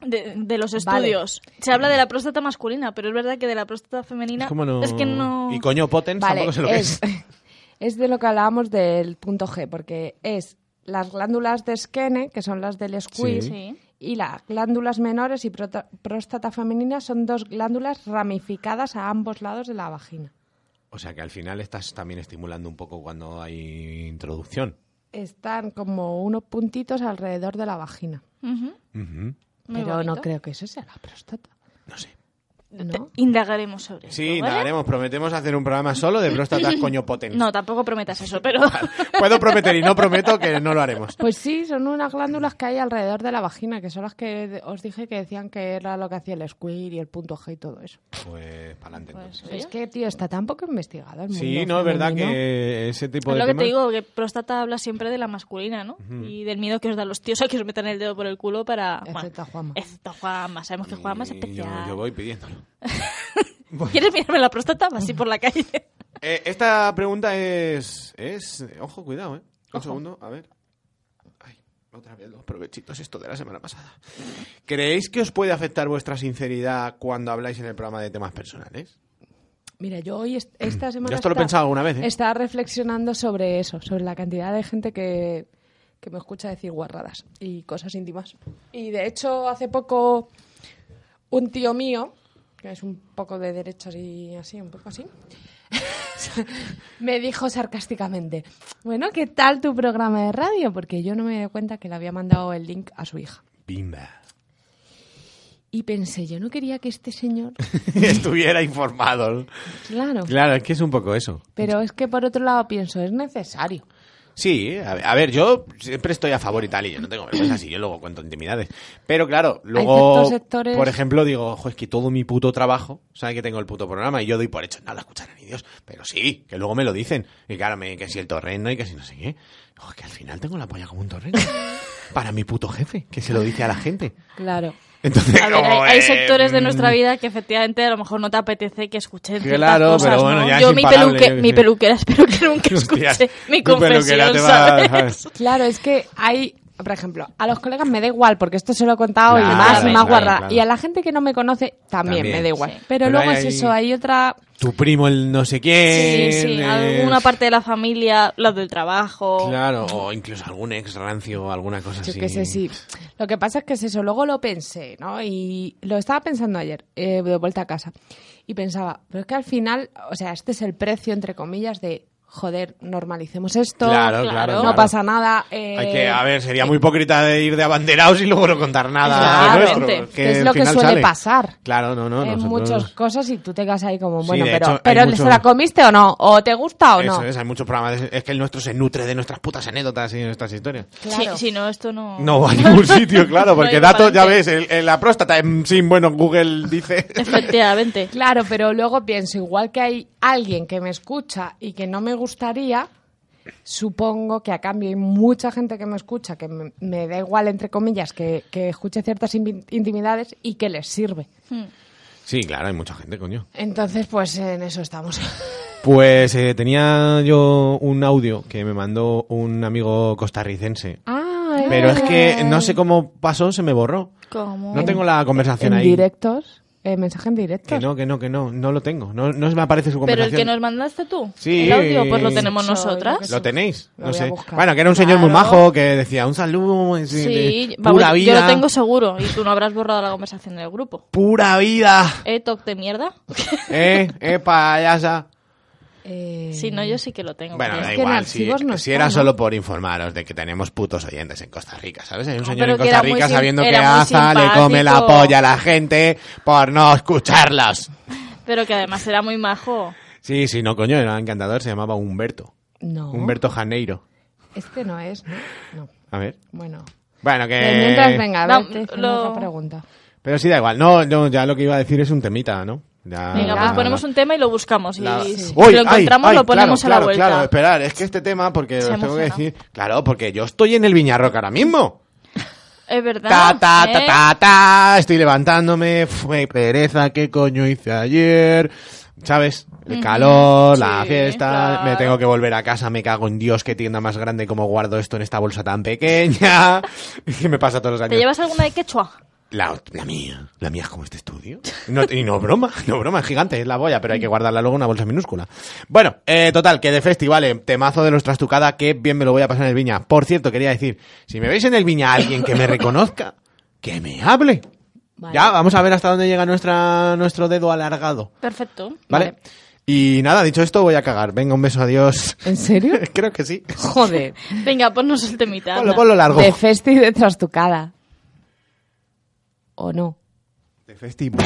de, de los Vale. estudios se habla de la próstata masculina, pero es verdad que de la próstata femenina es como no que no... y coño potens Vale, tampoco sé lo que es, [laughs] es. es de lo que hablábamos del punto G, porque es las glándulas de esquene, que son las del squeeze, Sí. y las glándulas menores y prota- próstata femenina son dos glándulas ramificadas a ambos lados de la vagina. O sea, que al final estás también estimulando un poco cuando hay introducción. Están como unos puntitos alrededor de la vagina. Ujú, Ujú. muy Pero no bonito. creo que eso sea la próstata. No sé. Te- ¿no? Indagaremos sobre eso. Sí, ¿vale? haremos, prometemos hacer un programa solo de próstatas [laughs] coño potens. No, tampoco [laughs] prometas eso, pero... [laughs] Puedo prometer y no prometo que no lo haremos. Pues sí, son unas glándulas que hay alrededor de la vagina, que son las que de- os dije que decían que era lo que hacía el squid y el punto G y todo eso. Pues para adelante entonces. ¿Sí? Es que, tío, está tan poco investigado el Sí, mundo no, es verdad femenino. que ese tipo Es de lo que te temas- digo, que próstata habla siempre de la masculina, ¿no? Y del miedo que os dan los tíos a que os metan el dedo por el culo para... Excepto a Juanma. Excepto a Juanma. Sabemos que Juanma es Y yo- especial. Yo, voy pidiéndolo. ¿Quieres mirarme la próstata? Así por [laughs] la calle. [laughs] Eh, esta pregunta es, es... Ojo, cuidado, ¿eh? Un segundo, a ver. Ay, otra vez los provechitos esto de la semana pasada. ¿Creéis que os puede afectar vuestra sinceridad cuando habláis en el programa de temas personales? Mira, yo [clears throat] hoy est- esta semana Yo esto lo he estaba- pensado alguna vez, ¿eh? estaba reflexionando sobre eso, sobre la cantidad de gente que, que me escucha decir guarradas y cosas íntimas. Y de hecho, hace poco un tío mío, que es un poco de derechas y así, un poco así, [laughs] me dijo sarcásticamente, bueno, ¿qué tal tu programa de radio? Porque yo no me di cuenta que le había mandado el link a su hija. [laughs] Bimba. Y pensé, yo no quería que [laughs] este señor... Estuviera informado. Claro. Claro, es que es un poco eso. Pero es que por otro lado pienso, es necesario. Sí, a ver, a ver, yo siempre estoy a favor y tal, y yo no tengo vergüenza si yo luego cuento intimidades. Pero claro, luego, ciertos sectores- por ejemplo, digo, ojo, es que todo mi puto trabajo, sabe que tengo el puto programa, y yo doy por hecho, nada, escucharán ni Dios, pero sí, que luego me lo dicen. Y claro, me, que si el torrendo y que si no sé qué. Ojo, que al final tengo la polla como un [laughs] torrendo. para mi puto jefe, que se lo dice a la gente. Claro. Entonces, A ver, hay, como, hay eh, sectores de nuestra mm, vida que efectivamente a lo mejor no te apetece que escuchen ciertas Claro, cosas, pero ¿no? bueno, ya Yo es mi, imparable, peluque- yo qué mi sé. peluquera [laughs] espero que nunca escuche Hostias, mi tu peluquera confesión, te va a ¿sabes? dejar- Claro, es que hay, por ejemplo, a los colegas me da igual, porque esto se lo he contado y Claro, más, y más claro, guarra. claro. Y a la gente que no me conoce también, También. me da igual. Sí. Pero, Pero luego hay- es eso, hay otra... Tu primo, el no sé Sí, quién. sí, eh, alguna parte de la familia, los del trabajo. Claro, o incluso algún ex rancio o alguna cosa Yo así. qué sé, sí. Lo que pasa es que es eso, luego lo pensé, ¿no? Y lo estaba pensando ayer, eh, de vuelta a casa. Y pensaba, pero es que al final, o sea, este es el precio, entre comillas, de, joder, normalicemos esto. Claro, claro, No claro. pasa nada. eh, Hay que, a ver, sería muy hipócrita de ir de abanderados y luego no contar nada de Exactamente. nuestro. Que es al lo que final suele sale. pasar. Claro, no, no. en nosotros- muchas cosas y tú te quedas ahí como, Sí, bueno, de pero, hecho, hay pero mucho- ¿se la comiste o no? ¿O te gusta o Eso no? es, hay muchos programas. de- Es que el nuestro se nutre de nuestras putas anécdotas y de nuestras historias. Claro. Si, si no, esto no... No va a [laughs] ningún sitio, claro, No porque hay datos, ya ves, pa'lante. el- el- la próstata, em, sí, bueno, Google [laughs] dice... [laughs] Efectivamente. Claro, pero luego pienso, igual que hay alguien que me escucha y que no me gustaría, supongo que a cambio hay mucha gente que me escucha, que me, me da igual, entre comillas, que, que escuche ciertas invi- intimidades y que les sirve. Hmm. Sí, claro, hay mucha gente, coño. Entonces, pues en eso estamos. Pues eh, tenía yo un audio que me mandó un amigo costarricense. [laughs] ah, Pero es que no sé cómo pasó, se me borró. No tengo la conversación en ahí. directos. eh, mensaje en directo. Que no, que no, que no, no lo tengo. No, no se me aparece su Pero conversación. el que nos mandaste tú, Sí. el audio, pues lo tenemos Sexo, yo nosotras. qué sé. ¿Lo tenéis? Lo no voy a sé. buscar. Bueno, que era un señor muy Claro. majo que decía un saludo, es decir, Sí, de vamos, pura vida. yo lo tengo seguro y tú no habrás borrado la conversación del grupo. Pura [laughs] vida. ¿Eh, toc de mierda? Eh, eh, payasa. Eh, si no, yo sí que lo tengo. Bueno, creo. es da que en igual, si, archivos no si está, era ¿no? solo por informaros de que tenemos putos oyentes en Costa Rica, ¿sabes? Hay un No, señor Ah, pero en que Costa era muy Rica sim- sabiendo que era muy Aza le come la simpático. polla a la gente por no escucharlas. Pero que además era muy majo. Sí, sí, no, coño, era encantador, se llamaba Humberto. No. Humberto Janeiro. Este no es, ¿no? No. A ver. Bueno. Bueno, que... Eh, mientras venga, a ver, no, te hacen lo- otra pregunta. Pero sí, da igual. No, no, ya lo que iba a decir es un temita, ¿no? Ya- Venga, Ah, pues ponemos un tema y lo buscamos. Y La- si Uy, lo ay, encontramos, ay, lo ponemos claro, a la claro, vuelta. Claro, esperar, es que este tema, porque Se os tengo que emociona. decir. Claro, porque yo estoy en el Viñarroca ahora mismo. Es verdad. Ta, ta, ¿eh? ta, ta, ta, estoy levantándome, fue pereza, qué coño hice ayer. ¿Sabes? El calor, la sí, fiesta, claro. me tengo que volver a casa, me cago en Dios, qué tienda más grande, cómo guardo esto en esta bolsa tan pequeña. [laughs] ¿Qué me pasa todos los años? ¿Te llevas alguna de quechua? La, la mía. La mía es como este estudio. No, y no broma, [laughs] no broma, es gigante, es la boya, pero hay que guardarla luego en una bolsa minúscula. Bueno, eh, total, que de festivales, temazo de los Trastucada, que bien me lo voy a pasar en el Viña. Por cierto, quería decir, si me veis en el Viña alguien que me reconozca, [laughs] que me hable. Vale. Ya, vamos a ver hasta dónde llega nuestra, nuestro dedo alargado. Perfecto. ¿Vale? Y nada, dicho esto, voy a cagar. Venga, un beso, adiós. [laughs] ¿En serio? Creo que sí. Joder. Venga, ponnos el temita. Ponlo, anda. ponlo largo. De festi de trastucada. ¿O no? De festivo.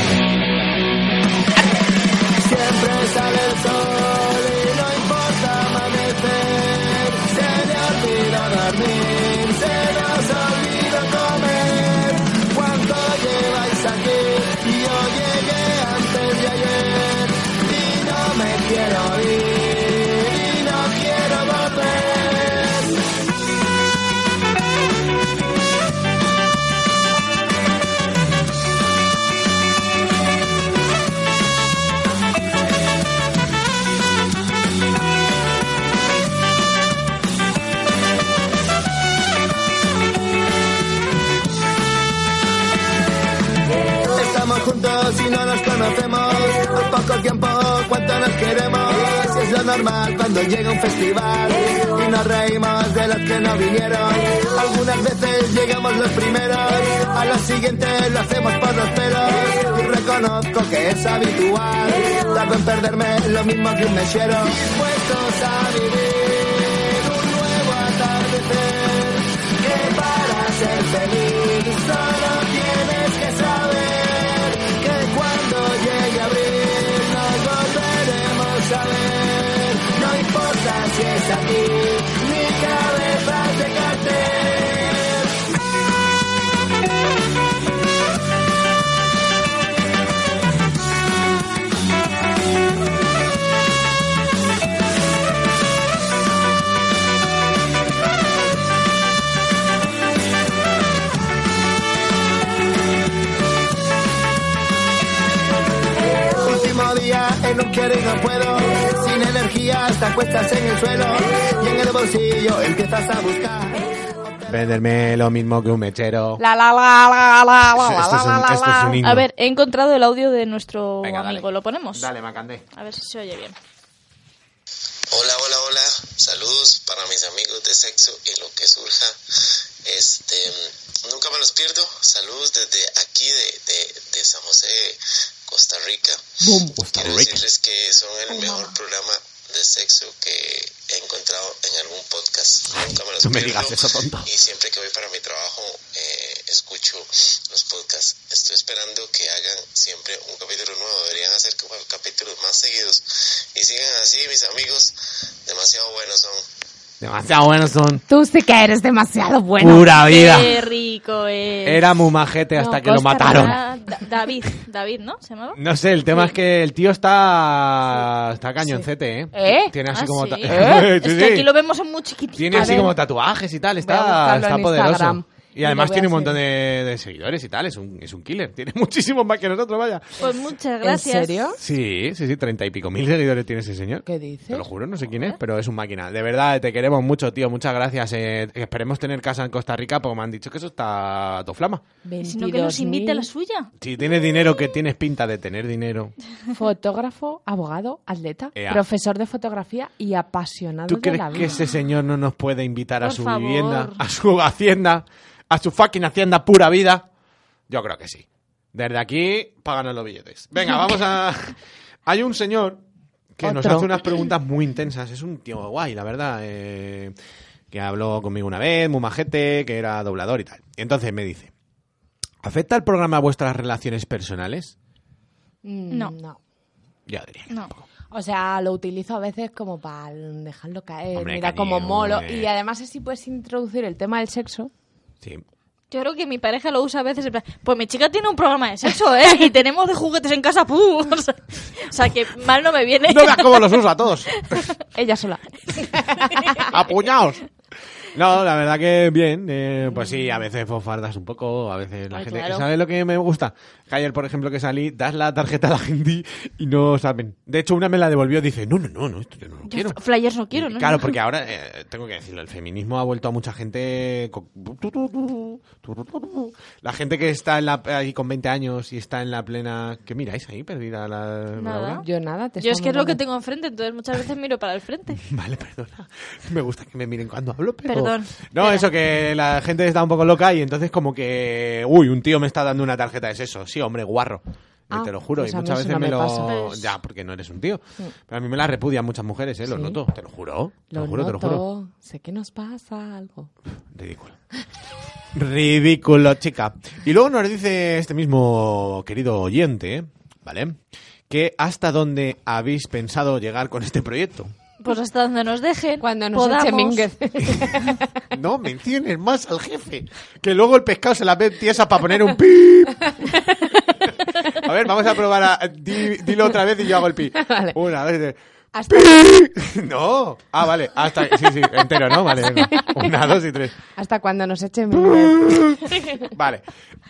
Estamos juntos y no nos conocemos. Al poco tiempo, cuánto nos queremos. Si es lo normal cuando llega un festival y nos reímos de los que no vinieron. Algunas veces llegamos los primeros, a la siguiente lo hacemos por los pelos. Y reconozco que es habitual. Tardo en perderme lo mismo que un mechero. Dispuestos a vivir un nuevo atardecer. Que para ser feliz solo tienes que saber que cuando llegue abril nos volveremos a ver. No importa si es aquí, mi cabeza de cartel. Último día en un quiero y no puedo. Sin energía hasta cuestas en el suelo. Y en el bolsillo empiezas a buscar. Venderme lo mismo que un mechero. La la la la la la Esto es un- la esto la es un la. himno. A ver, he encontrado el audio de nuestro Venga, amigo. dale. ¿Lo ponemos? Dale, Macandé. A ver si se oye bien. Hola, hola, hola. Saludos para mis amigos de sexo y lo que surja. Este, nunca me los pierdo. Saludos desde aquí de, de, de San José, Costa Rica. Costa Quiero Rica. decirles que son el mejor programa de sexo que he encontrado en algún podcast. Nunca me los no me pierdo. digas eso, tonto. Y siempre que voy para mi trabajo eh, escucho los podcasts. Estoy esperando que hagan siempre un capítulo nuevo. Deberían hacer como capítulos más seguidos. Y sigan así, mis amigos. Demasiado buenos son. Demasiado buenos son. Tú sí que eres demasiado bueno. eh, Pura vida. Qué rico es. Era muy majete hasta No, que lo Costa mataron. Ah, Da- David, David, ¿no? ¿Se llamaba? No sé, el tema es que el tío está está cañoncete, ¿eh? ¿Eh? Tiene así Ah, como sí. [laughs] ta- [laughs] ¿Eh? Sí, Es que sí. aquí lo vemos en muy chiquitito. Tiene A así ver. como tatuajes y tal, Voy a está buscarlo está en poderoso. Instagram. Y además voy a tiene un hacer. montón de, de seguidores y tal, es un, es un killer. [laughs] Tiene muchísimos más que nosotros, vaya. Pues muchas ¿En gracias. serio? Sí, sí, sí, treinta y pico mil seguidores tiene ese señor. ¿Qué dices? Te lo juro, no sé quién es, pero es un máquina. De verdad, te queremos mucho, tío. Muchas gracias. eh, esperemos tener casa en Costa Rica porque me han dicho que eso está a flama. Y Si no, que nos invite a la suya. Si tienes dinero, que tienes pinta de tener dinero. Fotógrafo, abogado, atleta, Ea. profesor de fotografía y apasionado ¿Tú de crees la vida. que ese señor no nos puede invitar a Por su favor. vivienda, a su hacienda, a su fucking hacienda pura vida? Yo creo que sí. Desde aquí, páganos los billetes. Venga, vamos [laughs] a... Hay un señor que nos Otro. hace unas preguntas muy intensas. Es un tío guay, la verdad. eh, que habló conmigo una vez, muy majete, que era doblador y tal. Y entonces me dice, ¿afecta el programa a vuestras relaciones personales? Mm, No. no. Ya diría. que No. tampoco. O sea, lo utilizo a veces como para dejarlo caer, Hombre, mira cariño, como molo. hombre. Y además así puedes introducir el tema del sexo. Sí. Yo creo que mi pareja lo usa a veces en plan, pues mi chica tiene un programa de sexo, ¿eh? Y tenemos de juguetes en casa, ¡pum! [laughs] O sea, o sea, que mal no me viene. No veas cómo [laughs] los usa a todos. Ella sola. ¡Apuñaos! No, la verdad que bien. eh, pues sí, a veces fofardas un poco, a veces la Ay, gente... claro. ¿Sabes lo que me gusta? Que ayer, por ejemplo, que salí, das la tarjeta a la gente y no saben. De hecho, una me la devolvió y dice, no, no, no, no esto yo no lo Yo quiero. flyers no quiero, ¿no? [laughs] Claro, porque ahora, eh, tengo que decirlo, el feminismo ha vuelto a mucha gente... co- La gente que está en la, ahí con 20 años y está en la plena... ¿Qué miráis ahí? Perdida la... Nada. Laura? Yo nada, te Yo es estoy que es lo que mirando. tengo enfrente, entonces muchas veces miro para el frente. [laughs] Vale, perdona. Me gusta que me miren cuando hablo, pero... Perdón. No, eso que la gente está un poco loca y entonces como que... Uy, un tío me está dando una tarjeta, es eso. Sí, hombre, guarro. Y Ah, te lo juro, pues y a mí muchas eso veces no me me lo... pasa. Pues- Ya, porque no eres un tío. Pero a mí me la repudian muchas mujeres, ¿eh? Lo Sí. noto, te lo juro. Te lo, Lo juro, te lo juro. noto, sé que nos pasa algo. Ridículo. Ridículo, chica. Y luego nos dice este mismo querido oyente, ¿vale? Que hasta dónde habéis pensado llegar con este proyecto. Pues hasta donde nos dejen. Cuando nos podamos. eche Mínguez. [laughs] No menciones más al jefe, que luego el pescado se la ve tiesa para poner un pip. A ver, vamos a probar a... eh, di- dilo otra vez y yo hago el pi. Vale. Una, dos, tres. Hasta, No. Ah, vale. Hasta... Sí, sí, entero, ¿no? Vale, venga. Una, dos y tres. hasta cuando [laughs] nos eche Mínguez. Vale.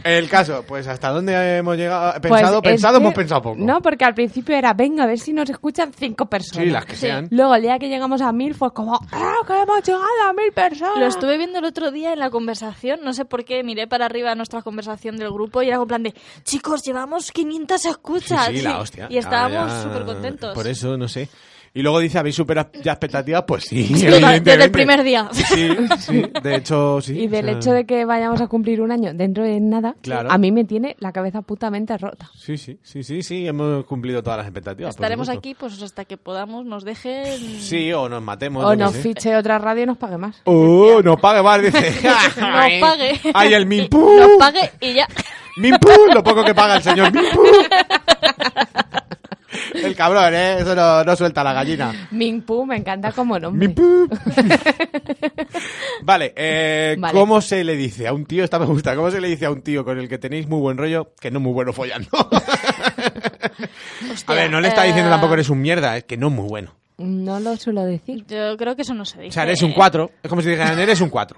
El caso, pues hasta dónde hemos llegado... Pensado, Pues es pensado, que- hemos pensado poco. No, porque al principio era, venga, a ver si nos escuchan cinco personas. Sí, las que sean. Luego el día que llegamos a mil fue como, ¡ah, que hemos llegado a mil personas! Lo estuve viendo el otro día en la conversación, no sé por qué, miré para arriba nuestra conversación del grupo y era en plan de, chicos, llevamos 500 Sí, escuchas. sí, la hostia. Y estábamos Ahora ya- súper contentos. Por eso, no sé. Y luego dice, ¿habéis superado ya expectativas? Pues sí. [laughs] Total, desde el evidentemente. primer día. Sí, sí. De hecho, sí. Y o del sea, hecho de que vayamos a cumplir un año dentro de nada, Claro. a mí me tiene la cabeza putamente rota. Sí, sí, sí, sí, sí, hemos cumplido todas las expectativas. por Estaremos supuesto. aquí pues hasta que podamos, nos dejen... Sí, o nos matemos. o yo qué nos sé. fiche otra radio y nos pague más. ¡Oh, no pague más! Dice. [laughs] Nos pague. ¡Ay, el Minpú! Nos pague [laughs] y ya. ¡Minpú! Lo poco que paga el señor [laughs] Minpú. El cabrón, ¿eh? Eso no, no suelta la gallina. Mingpu me encanta como nombre. ¡Minpú! [laughs] Vale, eh, Vale. ¿cómo se le dice a un tío? Esta me gusta. ¿Cómo se le dice a un tío con el que tenéis muy buen rollo que no muy bueno follando? [laughs] a Hostia, ver, no le está diciendo eh, tampoco eres un mierda, es que no muy bueno. No lo suelo decir. Yo creo que eso no se dice. O sea, eh. eres un 4. Es como si dijeran, eres un 4.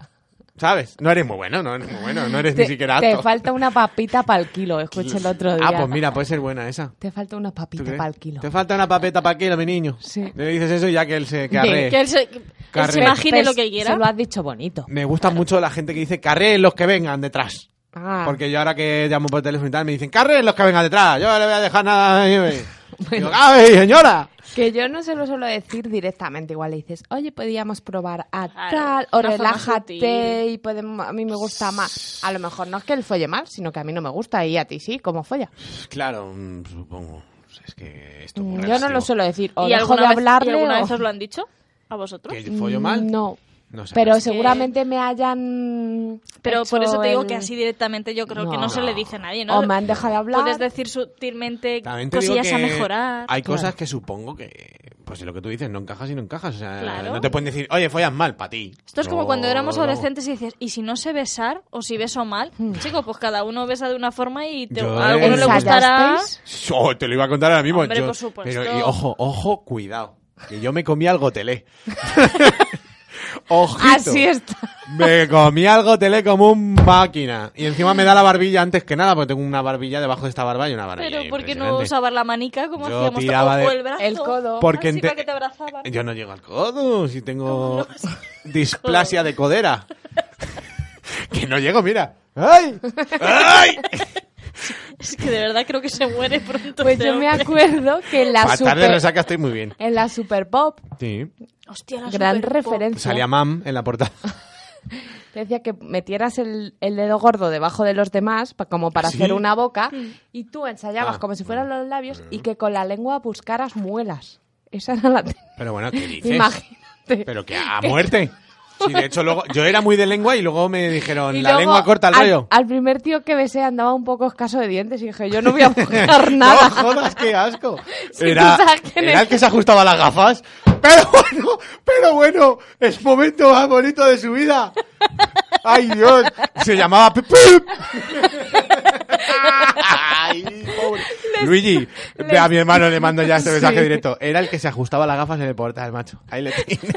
¿Sabes? No eres muy bueno, no eres muy bueno, no eres Te, ni siquiera te apto. falta una papita para el kilo, escuché el otro día. Ah, pues mira, puede ser buena esa. Te falta una ¿Tú papita crees? para el kilo. Te falta una papeta para el kilo, mi niño. Sí. Le dices eso y ya que él se que Sí, arree. Que él se, que él Carre. se imagine Pues, lo que quiera. Se lo has dicho bonito. Me gusta mucho la gente que dice, carreen los que vengan detrás. Ah, Porque yo ahora que llamo por teléfono y tal, me dicen, carreen los que vengan detrás. Yo no le voy a dejar [laughs] nada. Digo, ¡Ay, señora! que yo no se lo suelo decir directamente. Igual le dices, oye, podíamos probar a Claro, tal, o una forma relájate sutil. y podemos, a mí me gusta más. A lo mejor no es que él folle mal, sino que a mí no me gusta y a ti sí, como folla. Claro, mm, supongo. Es que esto es Mm, muy Yo no lo relativo. suelo decir. O ¿Y dejo alguna, de vez, y hablarle alguna o- vez os lo han dicho? ¿A vosotros? ¿Que follo mal? Pues No. No sé. Pero no sé. seguramente me hayan. Pero por hecho eso te digo el- que así directamente yo creo que eh. No. no se le dice a nadie, ¿no? O me han dejado de hablar. Puedes decir sutilmente También te digo cosillas que a mejorar. Hay Claro. cosas que supongo que, pues si lo que tú dices no encajas y no encajas. O sea, Claro. no te pueden decir, oye, follas mal, para ti. Esto es como No, cuando éramos no. adolescentes y decías, ¿y si no sé besar o si beso mal? Hmm. Chico, pues cada uno besa de una forma y te- Yo, a alguno le ¿ensayasteis? gustará. [laughs] Oh, te lo iba a contar ahora mismo. Hombre, yo- por supuesto. [laughs] Pero y ojo, ojo, cuidado. Que yo me comí algo telé. [laughs] Ojito. Así está. Me comí algo tele como un máquina. Y encima me da la barbilla antes que nada, porque tengo una barbilla debajo de esta barba y una barbilla. Pero ¿por qué no impresionante. usabas la manica como Yo hacíamos tiraba de- o el brazo? El codo. Porque Ah, sí, ente- para que te abrazaban. Yo no llego al codo, si tengo displasia de codera. [laughs] que no llego, mira. ¡Ay! ¡Ay! Es que de verdad creo que se muere pronto. Pues este yo me hombre. acuerdo que en [laughs] la Para tarde super, resaca estoy muy bien. en la super pop, Sí. Hostia, la gran Super Pop. referencia, Salía mam en la portada. te decía que metieras el, el dedo gordo debajo de los demás, pa- como para ¿Sí? hacer una boca, y tú ensayabas Ah. como si fueran los labios y que con la lengua buscaras muelas. Esa era la Pero bueno, ¿qué dices? [laughs] Imagínate. Pero que a muerte. Sí, de hecho, luego, yo era muy de lengua y luego me dijeron, Y la luego, lengua corta el al- rollo. Al, primer tío que besé andaba un poco escaso de dientes y dije, yo [laughs] no voy a buscar nada. No jodas, qué asco. Sí, Era, tú sabes quién era es. el que se ajustaba las gafas. Pero bueno, pero bueno, es momento más bonito de su vida. Ay, Dios. Se llamaba Pip [laughs] Pip. Ay, pobre. Luigi, ve a mi hermano le mando [laughs] ya este mensaje directo. Era el que se ajustaba las gafas en el portal, macho. Ahí le [laughs] tienes. [laughs]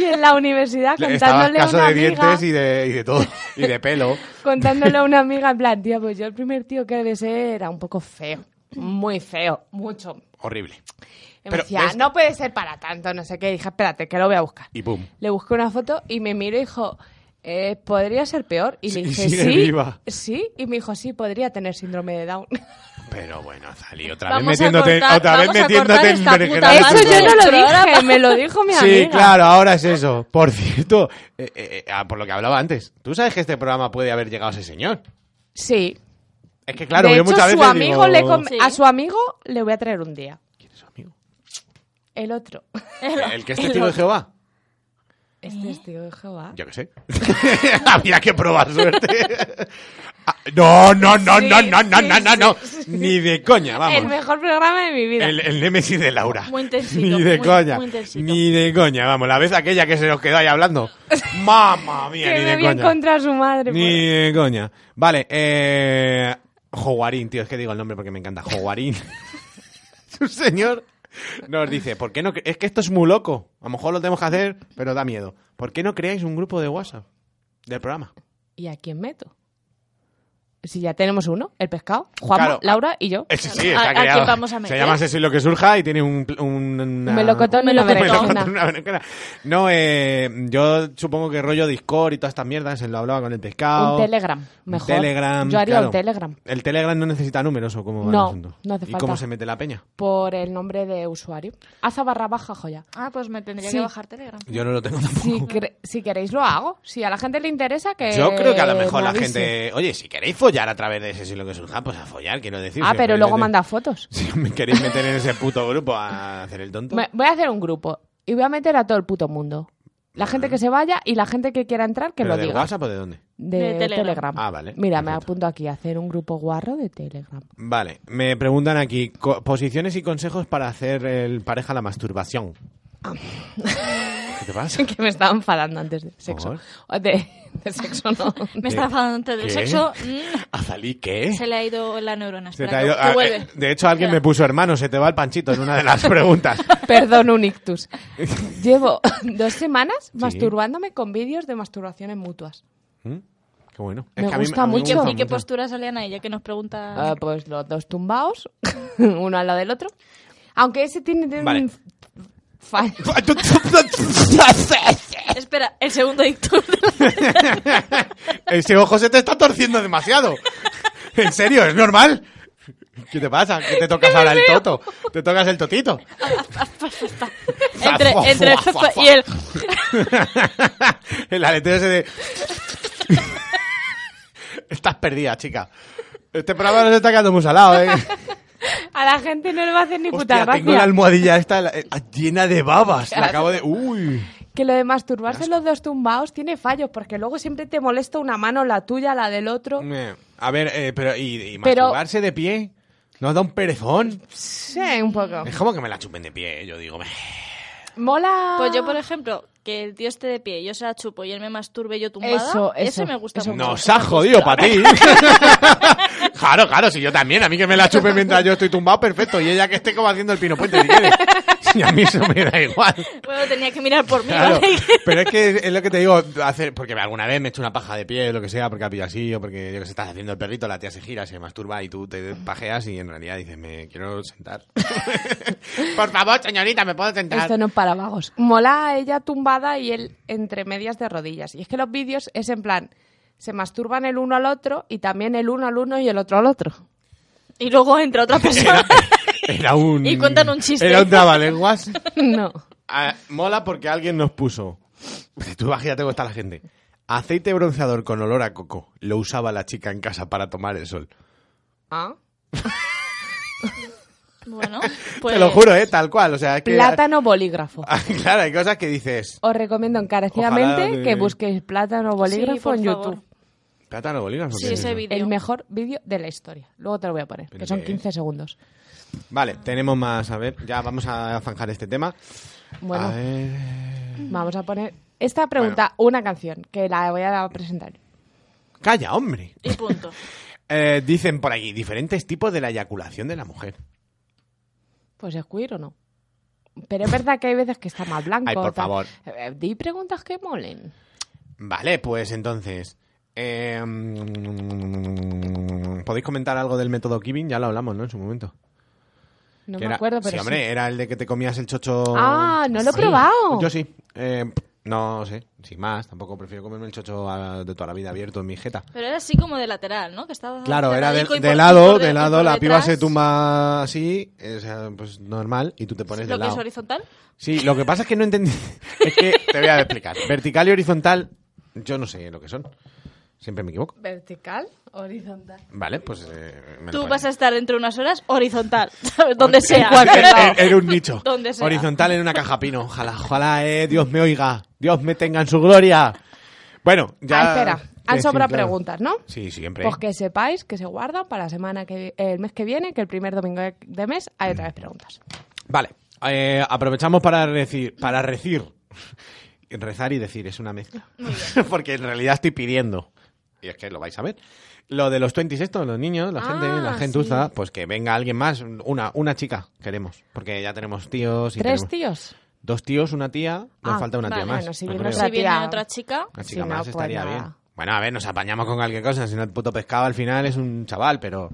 Y en la universidad Estaba contándole a escaso una de amiga, dientes y de, y de todo. Y de pelo. contándole a una amiga en plan, tía, pues yo el primer tío que besé era un poco feo. Muy feo, mucho. Horrible. Y me Pero, decía, ¿ves? no puede ser para tanto, no sé qué. Y dije, espérate, que lo voy a buscar. Y boom. Le busqué una foto y me miró y dijo, eh, ¿podría ser peor? Y Sí, le y dije, sigue sí, viva". sí. Y me dijo, sí, podría tener síndrome de [laughs] Down. Pero bueno, Zali, otra Vamos vez metiéndote, a cortar- otra vez vamos a metiéndote cortar en esta puta berenjenales. Eso Eso yo no lo Pero ahora [laughs] dije, me lo dijo mi amiga. Sí, claro, ahora es eso. Por cierto, eh, eh, eh, ah, por lo que hablaba antes, tú sabes que este programa puede haber llegado a ese señor. Sí. Es que claro, de yo hecho, muchas su veces amigo digo, le com- Sí. a su amigo le voy a traer un día. ¿Quién es su amigo? El otro. ¿El que es testigo de Jehová? Este es tío de Jehová. Yo qué sé. [laughs] Había que probar suerte. [laughs] Ah, no, no, no, Sí, no, no, no, sí, no, no, no. sí, sí. Ni de coña, El vamos. mejor programa de mi vida. El, el Némesis de Laura. Muy intensito, Ni de muy- coña. muy intensito. ni de coña, vamos. La vez aquella que se nos quedó ahí [laughs] hablando. Mamma mía, que ni me de había coña. encontrado a su madre. pues. Ni de coña. Vale, eh. Joguarín, tío, es que digo el nombre porque me encanta. Joguarín. [laughs] Su señor nos dice, ¿por qué no? cre- Es que esto es muy loco. A lo mejor lo tenemos que hacer, pero da miedo. ¿Por qué no creáis un grupo de WhatsApp del programa? ¿Y a quién meto? Si ya tenemos uno, el pescado, Juanma, Claro. Laura y yo. Eh, Sí, sí, ¿A- está a creado. quién vamos a meter? Se llama Eso es lo que surja y tiene un, pl- un, una- Un melocotón y una Un melocotón. [laughs] berenjena. Una berenjena. No, eh, yo supongo que rollo Discord y todas estas mierdas, lo hablaba con el pescado. Un Telegram, Un mejor. Telegram, Yo haría claro. un Telegram El Telegram no necesita números o cómo va No, el asunto. no hace ¿Y falta. cómo se mete la peña? por el nombre de usuario. Aza barra baja joya. Ah, pues me tendría Sí. que bajar Telegram. Yo no lo tengo tampoco. [laughs] Si, cre- si queréis lo hago. Si a la gente le interesa que... Yo creo que a lo mejor me la avise. gente. Oye, si queréis follar a través de ese sí lo que surja, pues a follar, quiero decir. Ah, Si os pero queréis luego meter- manda fotos. [laughs] Si me queréis meter en ese puto grupo a hacer el tonto. Me- voy a hacer un grupo y voy a meter a todo el puto mundo. La gente que se vaya y la gente que quiera entrar que ¿Pero lo de diga. WhatsApp o de dónde? De, De Telegram. Telegram. Ah, vale, Mira, me perfecto. apunto aquí a hacer un grupo guarro de Telegram. [laughs] Vale, me preguntan aquí co- posiciones y consejos para hacer el pareja la masturbación. Ah. ¿Qué te [laughs] pasa? que me estaba enfadando antes de sexo. De, de sexo no. [laughs] Me está enfadando antes del ¿Qué? sexo. Mm, ¿Azalí qué? se le ha ido la neurona. Se Espera, te ha ido- que- que ah, vuelve. eh, de hecho, alguien me Espera. puso hermano, se te va el panchito en una de las [laughs] preguntas. Perdón, un ictus. Llevo [laughs] dos semanas masturbándome con vídeos de masturbaciones mutuas. ¿Mm? Qué bueno. Me a mí- gusta a mí me mucho. gusta ¿Y qué [laughs] mucho. postura salían ahí? Ya que nos Ah, pregunta. pues los dos tumbaos, [laughs] uno al lado del otro. Aunque ese tiene tiene Vale. un f- fallo. Espera, el [laughs] segundo dictor. Ese ojo se te está torciendo demasiado. En serio, es normal. ¿Qué te pasa? ¿Qué te [laughs] tocas ahora el toto? ¿Te tocas el totito? entre entre el jefe y el. [laughs] el aleteo ese de... Estás perdida, chica. Este programa nos está quedando muy salado, [laughs] ¿eh? A la gente no le va a hacer ni puta Hostia, tengo la gracia. almohadilla esta la- eh, llena de babas. La acabo de... Uy. Que lo de masturbarse los dos tumbaos tiene fallos, porque luego siempre te molesta una mano, la tuya, la del otro. Eh, A ver, eh, pero... ¿Y, y Pero- masturbarse de pie? ¿Nos da un perezón? Sí, un poco. [laughs] Es como que me la chupen de pie, yo digo... Mola. Pues yo, por ejemplo, que el tío esté de pie, yo se la chupo y él me masturbe yo tumbada, Eso, ese eso, me gusta eso. mucho. Nos ha jodido para ti. [laughs] claro, claro, si yo también. A mí que me la chupe mientras yo estoy tumbado, perfecto. Y ella que esté como haciendo el pino puente, si [laughs] quiere. Y a mí eso me da igual. Bueno, tenía que mirar por mí, Claro, ¿vale? pero es que es lo que te digo, hacer, porque alguna vez me he hecho una paja de pie o lo que sea, porque ha pillado así, o porque yo que sé, estás haciendo el perrito, la tía se gira, se masturba y tú te pajeas y en realidad dices, me quiero sentar. Por favor, señorita, me puedo sentar. Esto no es para vagos. Mola a ella tumbada y él entre medias de rodillas. Y es que los vídeos es en plan, se masturban el uno al otro y también el uno al uno y el otro al otro. [laughs] [laughs] Y luego entra [laughs] otra persona. Era un. Y cuentan un chiste. Era un trabalenguas. No. Ah, mola porque alguien nos puso. Pues Tú imagínate cómo está la gente. Aceite bronceador con olor a coco. Lo usaba la chica en casa para tomar el sol. ¿Ah? [laughs] bueno, pues... Te lo juro, ¿eh? Tal cual. O sea, es que. Plátano bolígrafo. [laughs] Ah. claro, hay cosas que dices. Os recomiendo encarecidamente Ojalá, eh, que busquéis plátano Sí, bolígrafo por en favor. YouTube. Plátano bolígrafo. Sí, ¿qué es ese eso? vídeo. El mejor vídeo de la historia. Luego te lo voy a poner, Pero que son qué- 15 segundos. Vale, tenemos más. A ver, ya vamos a zanjar este tema. Bueno, A ver. vamos a poner esta pregunta, una canción, que la voy a presentar. Calla, hombre. Y punto. Eh, dicen por aquí diferentes tipos de la eyaculación de la mujer. Pues es queer o no. Pero es verdad que hay veces que está más blanco. Ay, por tal. favor. Eh, di preguntas que molen. Vale, pues entonces. eh, ¿Podéis comentar algo del método Kibin? Ya lo hablamos, ¿no? En su momento. No Que me era- acuerdo, pero sí, hombre, era el de que te comías el chocho. Ah, no lo he Sí. probado. Yo sí. Eh, no sé, sin más. Tampoco prefiero comerme el chocho ah, de toda la vida abierto en mi jeta. Pero era así como de lateral, ¿no? Que estaba Claro, era de, cerradico y de por- y lado, por de y lado, por la piba detrás, se tumba así, eh, o sea, pues normal, y tú te pones de Lo que es lado. horizontal. Sí, lo que pasa es que no entendí. [laughs] es que te voy a explicar. Vertical y horizontal, yo no sé lo que son. Siempre me equivoco. Vertical, horizontal. Vale, pues. eh, me lo Tú pones. vas a estar dentro de unas horas horizontal, [laughs] ¿sabes? Donde sea. cualquier lado. En, en un nicho. [laughs] Donde sea. Horizontal en una caja pino. Ojalá, ojalá, eh, Dios me oiga. Dios me tenga en su gloria. Bueno, ya. Ah, espera. Han Sí, sobrado claro. preguntas, ¿no? Sí, siempre. Pues que sepáis que se guardan para la semana que el mes que viene, que el primer domingo de- de mes hay Mm. otra vez preguntas. Vale. eh, aprovechamos para decir. Para decir. Rezar y decir, es una mezcla. [laughs] Porque en realidad estoy pidiendo. Y es que lo vais a ver. Lo de los 20 estos, los niños, la Ah, gente, la sí. gentuza, pues que venga alguien más, una, una chica, queremos. Porque ya tenemos tíos y ¿Tres tenemos- tíos? dos tíos, una tía, nos Ah, falta una vale, tía más. bueno, si yo viene creo. otra Si viene tía. otra chica, Una chica Si no, más pues estaría nada. bien. Bueno, a ver, nos apañamos con cualquier cosa. Si no, el puto pescado al final es un chaval, pero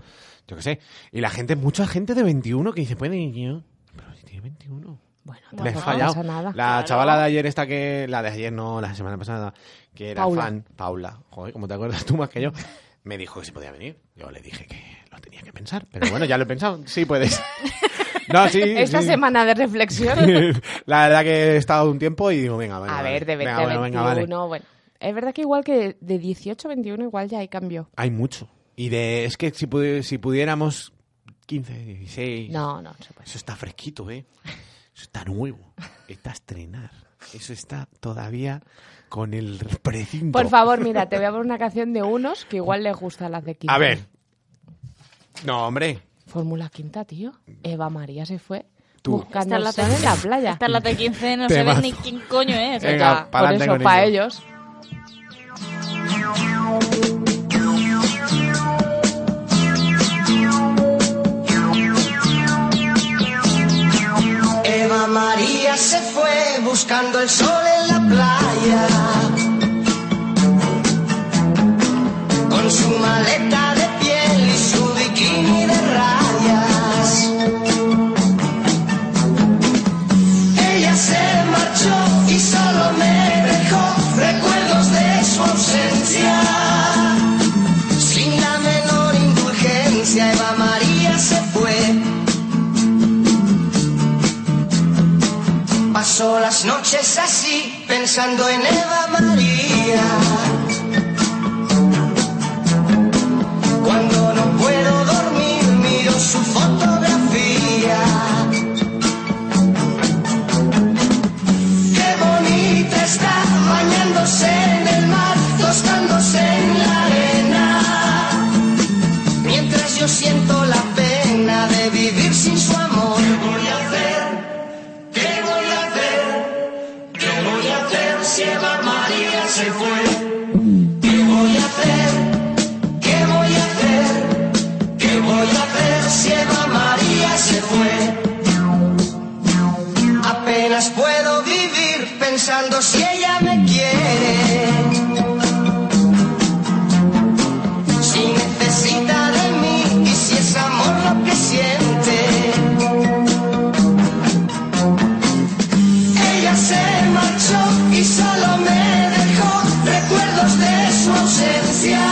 yo qué sé. Y la gente, mucha gente de 21 que dice, puede ir yo. Pero si tiene 21. Bueno, Me he tampoco fallado. pasa nada. La chavala de ayer esta que... La de ayer no, la semana pasada. Que era Paula. fan. Paula. Joder, como te acuerdas tú más que yo. Me dijo que se podía venir. Yo le dije que lo tenía que pensar. Pero bueno, ya lo he pensado. Sí, [laughs] puedes. No, sí. Esta sí. semana [laughs] de reflexión. la verdad que he estado un tiempo y digo, venga, vale. a vale. ver, de 20 Venga, a bueno, 21, venga, vale. bueno. Es verdad que igual que de 18 a 21 igual ya hay cambio. Hay mucho. Y de, es que si, pudi- si pudiéramos 15, 16. No, no, no se puede. Eso está fresquito, ¿eh? Eso está nuevo. Está a estrenar. Eso está todavía con el precinto. Por favor, mira, te voy a poner una canción de unos que igual les gusta a las de 15. A ver. No, hombre. Fórmula Quinta, tío. Eva María se fue Tú. buscando Está en la el sol en la playa. está la T15, no sabes Temazo. Eh, ni quién coño es. eh. Venga, Venga, por pa'lante eso, con para ello. ellos. Eva María se fue buscando el sol en la playa. Con su maleta de piel y su bikini de rayas. Ella se marchó y solo me dejó recuerdos de su ausencia. Sin la menor indulgencia, Eva María se fue. Pasó las noches así, pensando en Eva María. Cuando no puedo dormir, miro su fotografía. Qué bonita está, bañándose en el mar, tostándose en la arena. Mientras yo siento la pena de vivir sin su amor. ¿Qué voy a hacer? ¿Qué voy a hacer? ¿Qué voy a hacer? Eva María se fue. ¿Qué voy a hacer? ¿Qué voy a hacer? ¿Qué voy a hacer si Eva María se fue? Apenas puedo vivir pensando si ella me quiere. Si necesita de mí y si es amor lo que siente. Ella se marchó y solo me dejó recuerdos de su ausencia.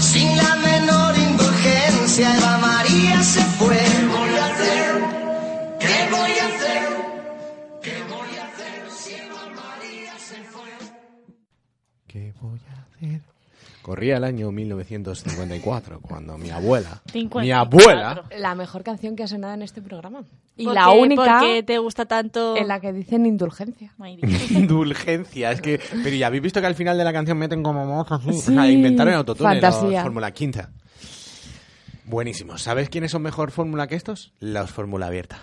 Sin la menor indulgencia, Eva María se fue. ¿Qué voy a hacer? ¿Qué voy a hacer? ¿Qué voy a hacer si Eva María se fue? ¿Qué voy a hacer? Corría el año 1954 cuando mi abuela, mi abuela, La mejor canción que ha sonado en este programa. Y ¿Por la qué- única por qué te gusta tanto? en la que dicen indulgencia. [laughs] indulgencia, es que, pero ya habéis visto que al final de la canción meten como mojas, o sea, Sí, inventaron el autotune, los fantasía. Fórmula Quinta. Buenísimo. ¿Sabes quiénes son mejor fórmula que estos? Los Fórmula Abierta.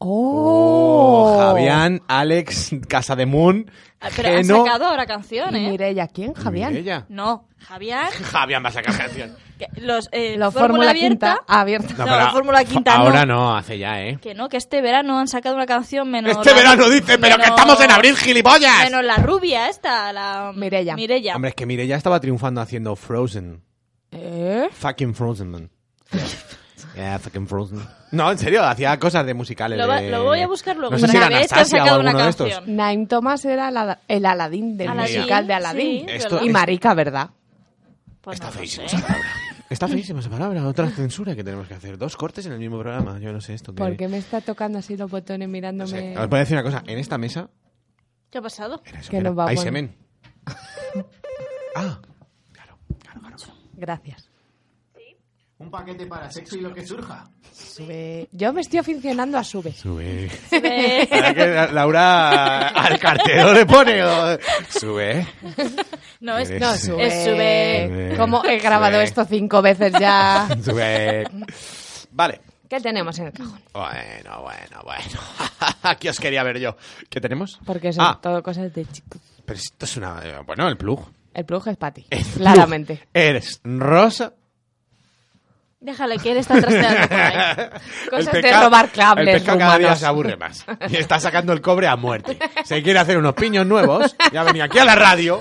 ¡Oh! Javián, Alex, Casa de Moon, Ah, Pero han Geno- sacado ahora canción, Y ¿eh? Mireia, ¿quién? Javián. Mireia. No, Javián, Javián va a sacar canción. que los, eh, La Fórmula Fórmula Abierta. Quinta abierta. No, la Fórmula Quinta no. Ahora no, hace ya, ¿eh? Que no, que este verano han sacado una canción menos. Este la- verano dice, pero que menos- estamos en abril, gilipollas. Menos la rubia esta, la. Mireia. Mireia. Hombre, es que mire, ya estaba triunfando haciendo Frozen. ¿Eh? Fucking Frozen, [laughs] man. Yeah. Yeah, fucking Frozen. No, en serio, hacía cosas de musicales. Lo va- de- lo voy a buscar luego. No sé si Una era vez que han Anastasia o sacado una alguno de estos. canción. Naim Thomas era la- el Aladín del Aladín, musical de sí, Aladín. es Esto- verdad. Y Marica, ¿verdad? Pues Está no lo feísima sé. esa palabra. Está feísima esa palabra. Otra censura que tenemos que hacer. Dos cortes en el mismo programa. Yo no sé esto. que- Porque me está tocando así los botones no sé. mirándome. Os voy a decir una cosa. En esta mesa... ¿Qué [laughs] ha pasado? Era eso, Que mira, nos va a hay poner. [laughs] semen. ah, Gracias. Un paquete para sexo y lo que surja. Sube. Yo me estoy aficionando a sube. sube. Eh, Ahora que la- Laura al cartero le pone... o- Sube. no, es. No, Sí. sube. Es sube. Sube. Eh, Como he grabado Sube. esto cinco veces ya. Sube. Vale. ¿Qué tenemos en el cajón? Bueno, bueno, bueno. [laughs] Aquí os quería ver yo. ¿Qué tenemos? Porque son ah, todo cosas de chicos. pero esto es una... eh, Bueno, el plug. El plug es para ti, El plug. claramente. Eres rosa. Déjale que él está trasteando por ahí. [laughs] [laughs] Cosas El de pesca- robar cables El pescado cada día rumanos. se aburre [laughs] más. Y está sacando el cobre a muerte. Se quiere hacer unos piños nuevos. Ya venía aquí a la radio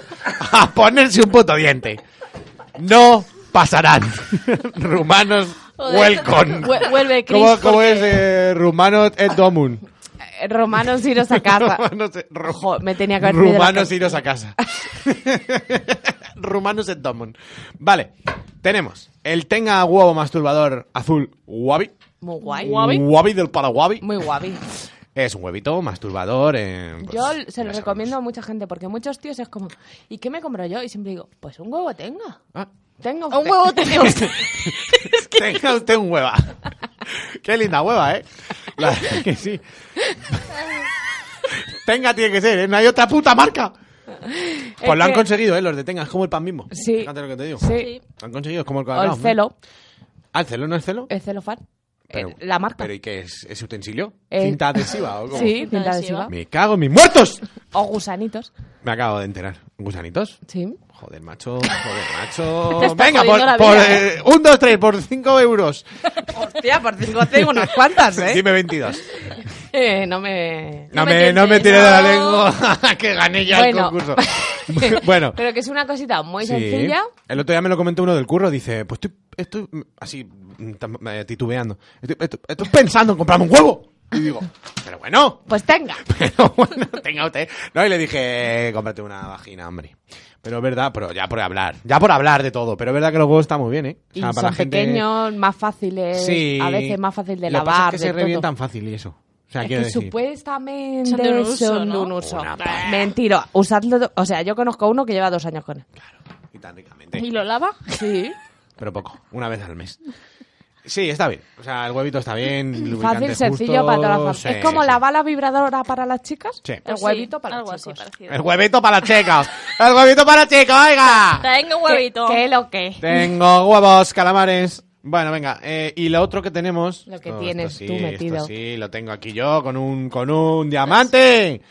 a ponerse un puto diente. No [laughs] pasarán. Rumanos, Joder, welcome. vu- vuelve, Chris, ¿Cómo, cómo porque- es eh, Rumanos et domun? Eh, Romanos iros a [laughs] casa. Rumanos, eh, ro- Jo, me tenía que haber pedido la Rumanos canción. iros a casa. [laughs] Rumanos et domun. Vale, tenemos el tenga huevo masturbador azul wabi. Muy guay. Guabi. Wabi del Paraguabi. Muy guapi. Es un huevito masturbador. eh, pues, Yo se lo ya recomiendo a sabemos. mucha gente porque muchos tíos es como, ¿y qué me compro yo? Y siempre digo, pues un huevo tenga. Ah, [laughs] Tenga A un huevo [laughs] tenía usted. Tenga usted un hueva. [laughs] Qué linda hueva, ¿eh? La verdad que sí. [laughs] Tenga tiene que ser, ¿eh? No hay otra puta marca. Pues lo han que- conseguido, ¿eh? Los de Tenga, es como el pan mismo. Sí. Fíjate lo que te digo. Sí. Lo han conseguido, es como el O cacao. el celo, ¿Al celo no es celo? el celofán. Pero- Eh, la marca. ¿Pero y qué es? ¿Es utensilio? Eh, ¿Cinta adhesiva o cómo? Sí, Cinta cinta adhesiva. adhesiva. ¡Me cago en mis muertos! O gusanitos. Me acabo de enterar. ¿Gusanitos? Sí. Joder, macho, joder, [laughs] macho. estás Venga, jodiendo la por, por, vida, eh, un, dos, tres, por cinco euros. Hostia, por cinco tengo unas cuantas, ¿eh? Dime 22. [laughs] Eh, no me... No, [laughs] me me, tientes, no me tires de la no. lengua [laughs] que gané ya Bueno. [laughs] el concurso. bueno, Pero que es una cosita muy sí. sencilla. El otro día me lo comentó uno del curro. Dice: Pues estoy, estoy mm, así mm, tam- eh, titubeando. Estoy, estoy- estoy pensando en comprarme un huevo. Y digo: Pero bueno, [laughs] Pues tenga. pero bueno, tenga usted. No, y le dije: Cómprate una vagina, hombre. Pero es verdad, pero ya por hablar. Ya por hablar de todo. Pero es verdad que los huevos están muy bien, ¿eh? O Y sea, son pequeños, más fáciles, Sí. a veces más fácil de Lo que pasa lavar. Es que se de todo. revientan fácil y eso. O sea, Es quiero que decir. supuestamente Son de un uso, son de ¿no? un uso. Una pa- Mentira, usadlo. O sea, yo conozco uno que lleva dos años con él. Y tan ricamente. ¿Y lo lava? Sí. pero poco, una vez al mes. Sí, está bien. O sea, el huevito está [laughs] bien. lubricante Fácil, sencillo justo, para todas las sí, familias. es como sí. la bala vibradora para las chicas, Sí. el Pues sí, huevito para algo los así chicos. parecido. El huevito para las chicas. El huevito para las chicas, oiga. Tenga un huevito. ¿Qué, qué lo que? Tengo huevos, calamares. Bueno, venga. eh, y lo otro que tenemos. Oh, Lo que esto tienes sí, tú esto metido. sí, lo tengo aquí yo con un, con un diamante.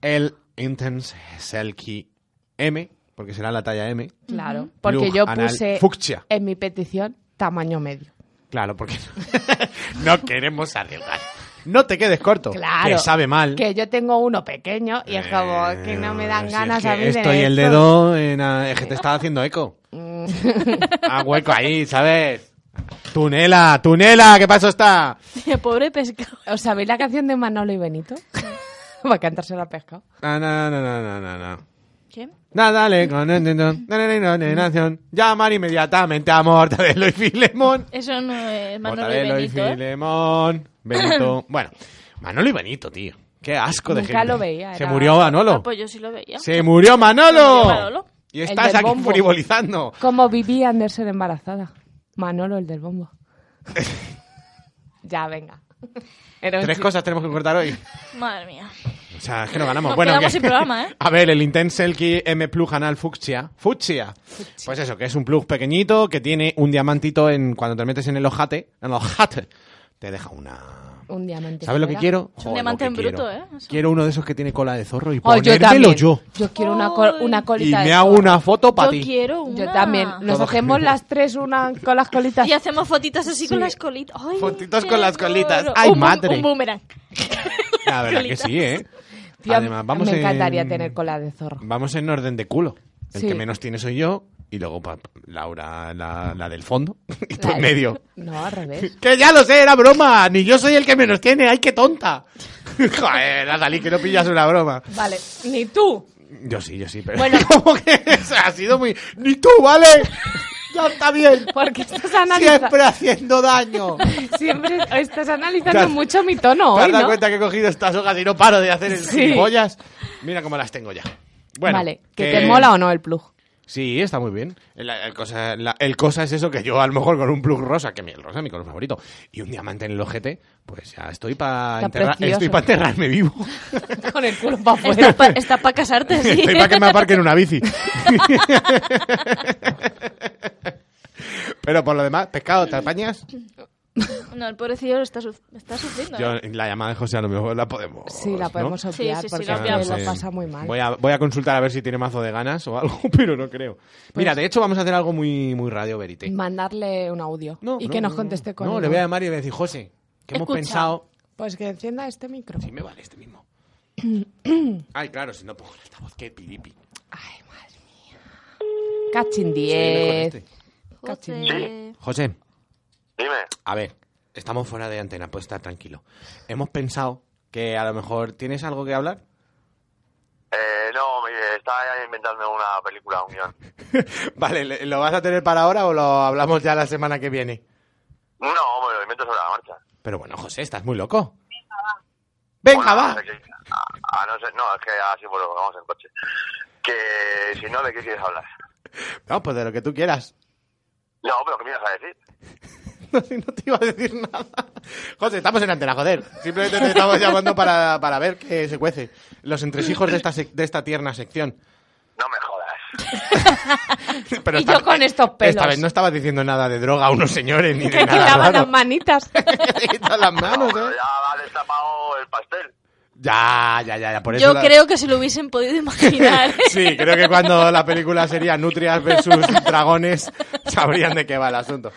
El Intense Selkie M, porque será la talla M. Claro, Blue porque yo anal puse fucsia. en mi petición tamaño medio. Claro, porque no queremos arriesgar. No te quedes corto, Claro. que sabe mal. Eh, Que yo tengo uno pequeño y es como que no me dan Si es ganas que a mí de Estoy el esto. dedo en... la- es que te estaba haciendo eco. Ah, hueco ahí, ¿sabes? Tunela, Tunela, ¿qué paso está? Pobre [laughs] pescado. ¿Os sabéis la canción de Manolo y [laughs] Benito? Va a cantársela a pescado. No, no, no, no, no, no. ¿Quién? Nada, dale, con el tendón, dale, dale, dale, nación. Llamar inmediatamente a Mortadelo y Filemón. Eso no es Manolo y Mortadelo y Benito. ¿eh? [clears throat] Filemón. Benito. Bueno, Manolo y Benito, tío. Qué asco de Nunca gente. lo veía, Se era- murió Ah, Manolo. pues yo sí lo veía. Se murió Manolo. Se murió Manolo. Y El estás del aquí bombo. frivolizando. Como viví Anderson embarazada. Manolo, el del [laughs] bombo. ya, venga. Era un Tres chi- cosas tenemos que cortar hoy. Madre mía. O sea, es que no ganamos. Nos bueno, quedamos que- sin programa, ¿eh? A ver, el Intense Selkie M Plug Anal Fucsia. Fucsia. Pues eso, que es un plug pequeñito que tiene un diamantito en cuando te metes en el ojate. En el ojate. Te deja una. Un diamante. ¿Sabes lo que fuera. quiero? Es Joder, un lo diamante que en bruto, ¿eh? Quiero uno de esos que tiene cola de zorro y Oh, yo ponérmelo también. yo. Yo quiero una, col- una Y colita. de me hago sol. una foto para ti. quiero una. Yo también. Nos Todos hacemos queremos. las tres una con las colitas. Y hacemos fotitas así con Sí. las colitas. Ay, Fotitos qué con las colitas. horror. Ay, Un bu- madre. Un boomerang. La verdad que sí, ¿eh? Tío, Además, vamos me encantaría en- tener cola de zorro. Vamos en orden de culo. El Sí. que menos tiene soy yo y luego pa- Laura, la, la del fondo [laughs] y tú La- en medio. No, al revés. Que ya lo sé, era broma. Ni yo soy el que menos tiene. ¡Ay, qué tonta! [laughs] Joder, Natalie, que no pillas una broma. [laughs] Vale, ni tú. Yo sí, yo sí, pero... [laughs] Bueno. ¿Cómo que? O sea, ha sido muy... ¡Ni tú, vale! [laughs] ¡Ya está bien! Porque [laughs] estás Siempre analizando. haciendo [laughs] daño. Siempre estás analizando Claro. mucho mi tono ¿Te has hoy, dado ¿no? cuenta que he cogido estas hojas y no paro de hacer Sí. pollas? Mira cómo las tengo ya. Bueno, vale, que, te mola o no el plug. Sí, está muy bien. El, el cosa, la- el cosa es eso que yo a lo mejor con un plug rosa, que mi- el rosa es mi color favorito, y un diamante en el ojete, pues ya estoy para Está precioso. estoy para enterrarme [laughs] vivo. [laughs] Con el culo para Está afuera. para [laughs] casarte, sí. Estoy para que me aparquen una bici. Pero por lo demás, pescado, ¿te apañas? [laughs] No, el pobrecillo está, suf- está sufriendo. Yo, ¿eh? la llamada de José a lo mejor la podemos. [laughs] Sí, la Pues, ¿no? podemos Sí, obviar sí, sí, porque la es que obviamos. lo Sí. pasa muy mal. Voy a, voy a consultar a ver si tiene mazo de ganas o algo, [laughs] pero no creo. Mira, Pues de hecho vamos a hacer algo muy, muy radio verite. Mandarle un audio No, y no, que nos no, conteste no. con No, un le voy a audio. llamar y le voy a decir, José, que hemos Escucha. pensado... Pues que encienda este micro. Sí, me vale este [clears throat] mismo. Ay, claro, si no pongo el altavoz, qué piripi. Ay, madre mía. Cachín este. Mejor 10. este. José. José, Dime. a ver, estamos fuera de antena, puedes estar tranquilo. Hemos pensado que a lo mejor tienes algo que hablar. [laughs] Eh, no, me estaba inventando una película, un guión. vale, ¿le- ¿lo vas a tener para ahora o lo hablamos ya la semana que viene? No, me lo invento sobre la marcha. Pero bueno, José, estás muy loco. Venga, Bueno, va. a no ser que- A, a Ah, no ser, no, es que así por lo que vamos en coche. Que si no, ¿de qué quieres hablar? No, pues de lo que tú quieras. No, pero ¿qué me ibas a decir? [laughs] No, si no te iba a decir nada. José, estamos en antena, joder. Simplemente te estamos llamando para, para ver que se cuece. Los entresijos de esta, sec- de esta tierna sección. No me jodas. Pero Y esta- yo con estos pelos. Esta vez no estabas diciendo nada de droga a unos señores ni [laughs] Que de te nada. lavan [laughs] las raro. manitas. Te quitan las manos, Pero ¿eh? ya ha destapado el pastel. Ya, ya, ya, ya. Por eso Yo la- creo que se lo hubiesen podido imaginar. [laughs] Sí, creo que cuando la película sería Nutrias versus Dragones, [laughs] sabrían de qué va el asunto.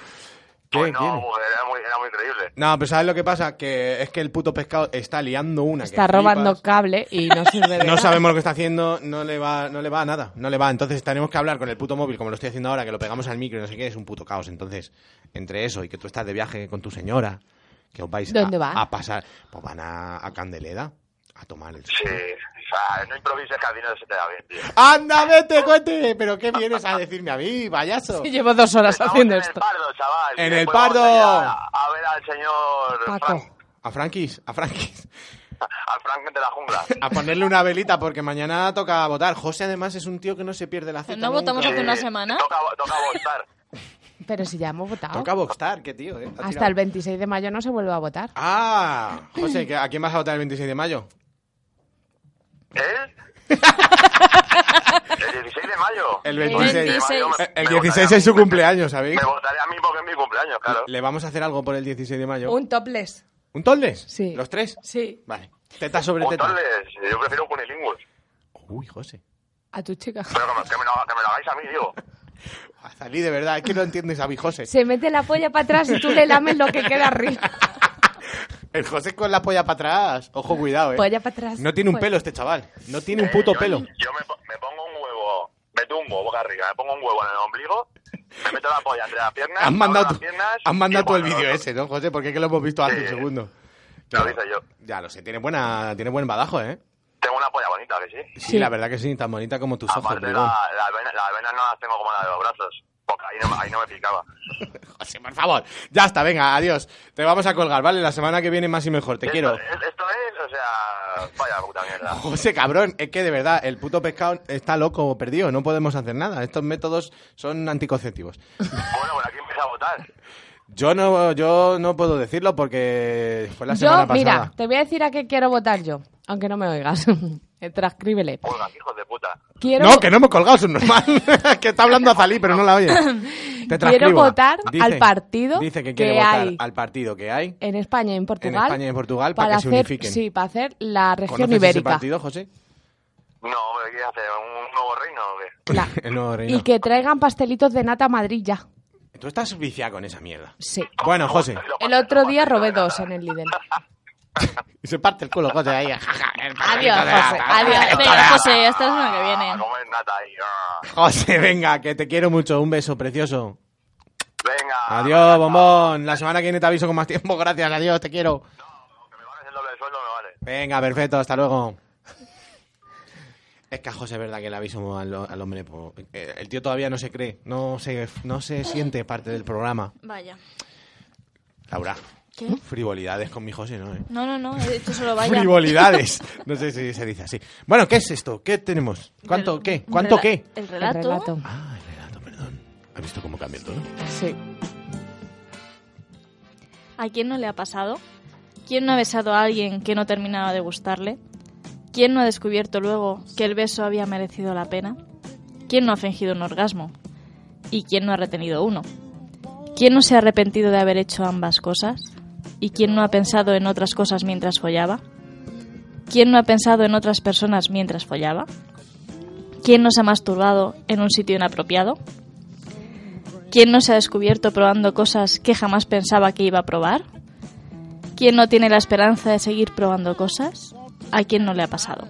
¿Qué? Pues no, ¿Tiene? mujer, era muy, era muy creíble. No, pero ¿sabes lo que pasa? Que es que el puto pescado está liando una. que Está robando flipas. cable y no [laughs] sirve [laughs] de No nada. sabemos lo que está haciendo, no le va, no le va a nada, no le va. Entonces tenemos que hablar con el puto móvil, como lo estoy haciendo ahora, que lo pegamos al micro y no sé qué, es un puto caos. Entonces, entre eso y que tú estás de viaje con tu señora, que os vais a- ¿Dónde van? a, pasar, pues van a, a Candeleda a tomar el Sí, sol. o sea, no improvises que al dinero se te da bien, tío. ¡Anda, vete, cuete! ¿Pero qué vienes a decirme a mí, payaso? Llevo dos horas Estamos haciendo en esto. el pardo, chaval. En y el después vamos Pardo. A, ir a- a ver al señor Paco. Frank, A Frankis, a Frankis. al Frank de la jungla. [laughs] A ponerle una velita porque mañana toca votar. José además es un tío que no se pierde la cita. [laughs] No votamos nunca. hace una semana. Toca, toca votar. Pero si ya hemos votado. Toca boxtar, qué tío, eh. Ha Hasta tirado. el 26 de mayo no se vuelve a votar. Ah, José, ¿que- ¿a quién vas a votar el 26 de mayo? [laughs] ¿El? ¿Eh? el 16 de mayo. El El 26. 26. Eh, El Me votaré 16 a es su mí, me- cumpleaños, ¿sabéis? Me votaré a mí porque es mi cumpleaños, claro. Le vamos a hacer algo por el 16 de mayo. Un topless. ¿Un tolles? Sí. ¿Los tres? Sí. Vale. Teta sobre teta. Votarles, yo prefiero un cunilingus. Uy, José. A tu chica. que me, lo, que me lo hagáis a mí, digo. A salir de verdad, es que no entiendes a mi José. Se mete la polla para atrás y tú le lames lo que [laughs] queda arriba. El José con la polla para atrás. Ojo, cuidado, eh. Polla para atrás. pues. No tiene un Polla. pelo este chaval. No tiene un puto pelo. Eh, Yo me, po- me pongo un huevo, me tumbo boca arriba, me pongo un huevo en el ombligo, me meto la polla entre las piernas. Has mandado, abro tú- las piernas has mandado y tú el bueno, vídeo ese, ¿no, José? Porque es que lo hemos visto hace Sí. un segundo. Lo hice yo. Ya lo sé, tiene, buena, tiene buen badajo, ¿eh? Tengo una polla bonita, que sí. Sí, la verdad que sí, tan bonita como tus ojos. Aparte, la- bribón. las venas, las venas no las tengo como las de los brazos. Porque ahí no, ahí no me picaba. José, por favor. Ya está, venga, adiós. Te vamos a colgar, ¿vale? La semana que viene más y mejor. Te Esto- quiero. es- Esto es, o sea, vaya puta [laughs] mierda. José, cabrón, es que de verdad, el puto pescado está loco o perdido, no podemos hacer nada. Estos métodos son anticonceptivos. Bueno, por aquí empieza a votar. Yo no, yo no puedo decirlo porque fue la semana Yo, pasada. mira, te voy a decir a qué quiero votar yo, aunque no me oigas. [laughs] Eh, Transcríbele. Oigan, hijos de puta. Quiero- No, que no hemos colgado, es normal. [laughs] que está hablando Azalí, pero no [laughs] la oye. Te Quiero transcribo. votar al partido Dice que quiere que votar hay. al partido que hay En España y en en Portugal. España y en Portugal para, que se hacer, unifiquen. Sí, para hacer la región ¿Conoces ese ibérica. partido, José? No, hombre, ¿qué quieres hacer? ¿Un nuevo reino o qué? [laughs] El nuevo reino. [laughs] Y que traigan pastelitos de nata a Madrid ya. Tú estás viciado con esa mierda. Sí. Bueno, José. El otro día robé dos en el Lidl. Y se parte el culo, José, ahí. Adiós, José. Ah, Adiós. Venga, José, hasta la semana que Ah, viene. José, venga, que te quiero mucho. Un beso precioso. Venga. Adiós, bombón. La semana que viene te aviso con más tiempo. Gracias, adiós, te quiero. Venga, perfecto, hasta luego. Es que a José es verdad que le aviso al, al hombre. po- eh, El tío todavía no se cree, no se, no se siente parte del programa. Vaya. Laura. ¿Qué? Frivolidades con mi José, ¿no? eh? No, no, no, he [laughs] dicho solo vaya. Frivolidades. No sé si se dice así. Bueno, ¿qué es esto? ¿Qué tenemos? ¿Cuánto qué? ¿Cuánto Rela- qué? El [laughs] relato. Ah, ¿Has visto cómo cambia el tono? Sí. ¿A quién no le ha pasado? ¿Quién no ha besado a alguien que no terminaba de gustarle? ¿Quién no ha descubierto luego que el beso había merecido la pena? ¿Quién no ha fingido un orgasmo? ¿Y quién no ha retenido uno? ¿Quién no se ha arrepentido de haber hecho ambas cosas? ¿Y quién no ha pensado en otras cosas mientras follaba? ¿Quién no ha pensado en otras personas mientras follaba? ¿Quién no se ha masturbado en un sitio inapropiado? ¿Quién no se ha descubierto probando cosas que jamás pensaba que iba a probar? ¿Quién no tiene la esperanza de seguir probando cosas? ¿A quién no le ha pasado?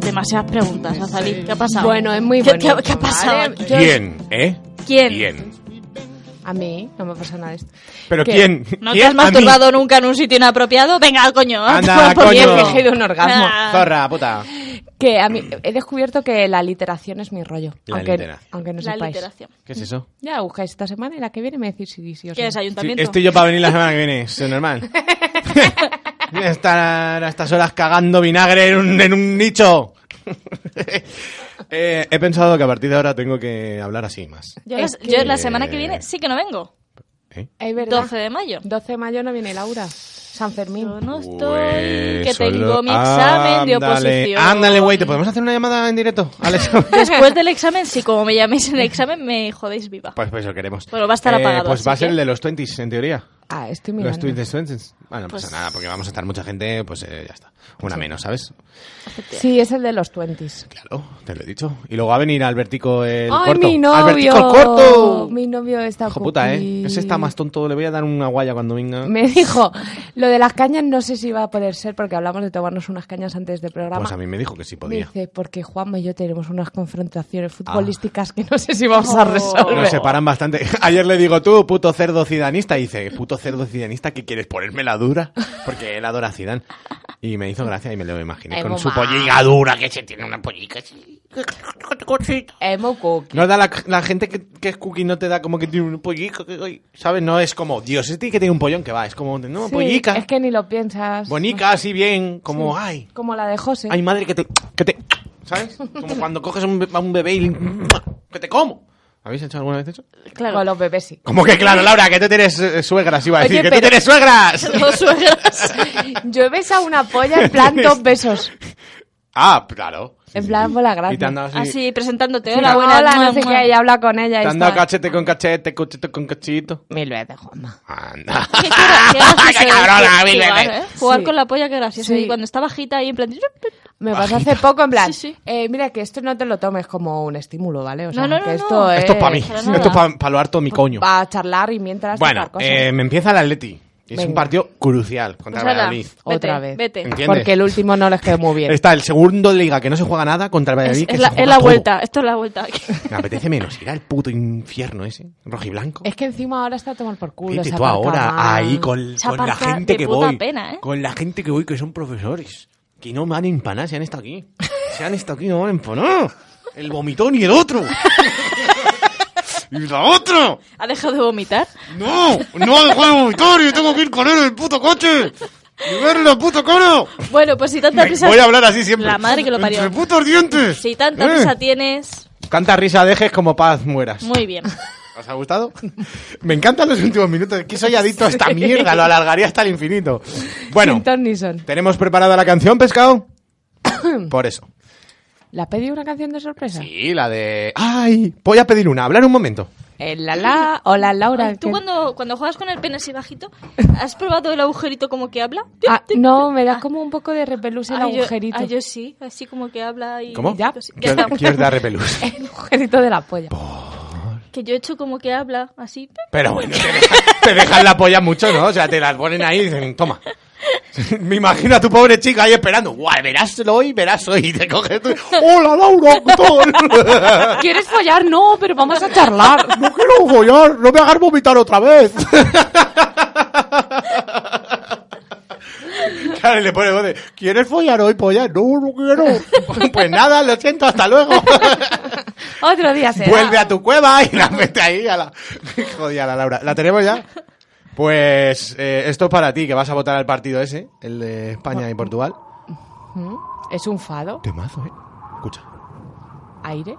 Demasiadas preguntas, Azalí. ¿Qué ha pasado? Bueno, es muy ¿Qué, bonito. qué- qué ha pasado? ¿vale? aquí? Yo- ¿Eh? ¿Quién? A mí no me pasa nada de esto. ¿Pero ¿Qué? quién? ¿No te has masturbado nunca en un sitio inapropiado? Venga, al coño. a Anda, tomar [laughs] por coño. culo. fingido un orgasmo. Ah. Zorra, puta. Que a mí he descubierto que la literación es mi rollo. La aunque, literación. aunque no La sepáis. literación. ¿Qué es eso? Ya buscáis esta semana y la que viene me decís si sí, sí o sí. ¿Qué es Sí, ayuntamiento? estoy yo para venir la semana que viene, es [laughs] normal. Estar a estas horas cagando vinagre en un, en un [laughs] nicho. Eh, he pensado que a partir de ahora tengo que hablar así más. Yo, la, Es que- yo la semana que viene sí que no vengo. Es verdad. 12 de mayo. 12 de mayo no viene Laura. San Fermín. No estoy, Pues, que tengo solo- mi examen de Ándale, oposición. Ándale, güey, ¿te podemos hacer una llamada en directo? Alex? [laughs] [laughs] Después del examen, sí, como me llaméis en el examen, me jodéis viva. pues, pues eso queremos. Bueno, va a estar apagado, Pues va a así ser que- el de los 20s, en teoría. Ah, estoy Los mirando. 20s, 20s. Bueno, no Pues- pasa nada, porque vamos a estar mucha gente, pues eh, ya está. Una menos, ¿sabes? Sí, es el de los 20s. Claro, te lo he dicho. Y luego va a venir Albertico el ¡Ay, corto. mi novio! ¡Albertico el corto! Mi novio está Hijo puta, ¿eh? cuqui. Ese está más tonto. Le voy a dar una guaya cuando venga. Me dijo, lo de las cañas no sé si va a poder ser porque hablamos de tomarnos unas cañas antes del programa. Pues a mí me dijo que sí Me podía. Ah. dice, porque Juanma y yo tenemos unas confrontaciones futbolísticas que no sé si vamos Oh. a resolver. Nos separan bastante. [laughs] Ayer le digo tú, puto cerdo cidanista. Y dice, puto cerdo cidanista, ¿qué quieres? ¿Ponerme la dura? Porque él adora a Zidane. Y me hizo gracia y me lo imaginé Ay, con su mamá. polliga dura, que se tiene una polliga así. Emo cookie. No da la, la gente que, que es cookie, no te da como que tiene un pollico, que- ay, ¿sabes? No es como, Dios, este que tiene un pollón que va. Es como, no, Sí, pollica. Es que ni lo piensas. Bonica, así bien, como, Sí. ay, Como la de José. ay madre, que te, que te, ¿sabes? Como cuando coges a un, be- a un bebé y le- que te como. ¿Habéis hecho alguna vez eso? Con los bebés [laughs] sí. Como que claro, Laura, que tú tienes eh, suegras, iba a decir, Oye, que tú pero- tienes [laughs] suegras. [laughs] Los [laughs] suegros. Yo he besado una polla en plan dos besos. ah, claro. En plan, por la Y te gracia. han dado así- Así, presentándote. Sí, Hola, buenas hola, no mua, sé mua". qué, y habla con ella. y Te han dado está- cachete con cachete, cuchito con cachito. Mil veces, Juanma. Anda. [laughs] Qué gra- qué [laughs] gracioso ¡Qué es cabrona, que- mil que veces! jugar, ¿eh? Jugar Sí. con la polla, qué gracioso. Sí. Y cuando está bajita ahí en plan... Me pasó hace poco, en plan, eh, mira que esto no te lo tomes como un estímulo, ¿vale? O sea, No, no, no, que esto no. es... Esto es para mí. Pues, para Esto es para lo harto mi coño. Para charlar y mientras... Bueno, sacar cosas. eh, me empieza el Atleti. Es Venga. un partido crucial contra Pues el ala, Valladolid. Otra vete, vez. vete. ¿Entiendes? Porque el último no les quedó [laughs] muy bien. Está el segundo de liga que no se juega nada contra el Es, Valladolid. que es se la, juega es la todo. vuelta, esto es la vuelta. [laughs] Me apetece menos ir al puto infierno ese, rojiblanco. Es que encima ahora está a tomar por culo. Vete se tú aparca ahora más. ahí con, Se con la aparca gente de que puta voy. pena, ¿eh? Con la gente que voy, que son profesores. Que no me han empanado, se han estado aquí. Se han estado aquí, no me han empanado. El vomitón y el otro. ¡Y la otra! ¿Ha dejado de vomitar? ¡No! ¡No ha dejado de vomitar! ¡Yo tengo que ir con él en el puto coche! ¡Y verle la puta cara! Bueno, pues si tanta Me- prisa... voy a hablar así siempre. La madre que lo parió. ¡Entre putos dientes! Si tanta Eh. prisa tienes... Canta risa dejes como paz mueras. [laughs] Muy bien. ¿Os ha gustado? [laughs] Me encantan los últimos minutos. Es que soy adicto a esta Sí. mierda. Lo alargaría hasta el infinito. Sin Bueno, ton ni son. ¿tenemos preparada la canción, [coughs] pescado? Por eso. ¿Le has pedido una canción de sorpresa? Y la de... ¡Ay! Voy a pedir una. Hablar un momento. Eh, la la... Hola, Laura. Ay, ¿Tú ¿qué- cuando, cuando juegas con el pene así [laughs] bajito, has probado el agujerito como que habla? Ah, no, me da como un poco de repelús el Ay, yo- agujerito. ay, Yo, sí, así como que habla y... ¿Cómo? Ya. Eh. Quiero dar- quiero dar [laughs] repelús. [laughs] El agujerito de la polla. Que yo he hecho como que habla, así... Pero bueno, te dejan, te dejan la polla mucho, ¿no? O sea, te las ponen ahí y dicen, toma. [laughs] Me imagino a tu pobre chica ahí esperando. Guay, veráslo hoy, verás hoy. Y te coges tú. ¡Hola, Laura! ¿qué [laughs] tal?". ¿Quieres follar? No, pero vamos a charlar. No quiero follar, no me hagas vomitar otra vez. Claro, y le pone voz de, ¿quieres follar hoy, polla? No, no quiero. Pues nada, lo siento, hasta luego. Otro día será. Vuelve a tu cueva y la mete ahí a la... Joder, a la Laura. ¿La tenemos ya? Pues eh, esto es para ti, que vas a votar al partido ese, el de España y Portugal. ¿Mm? ¿Es un fado? Temazo, ¿eh? Escucha. ¿Aire?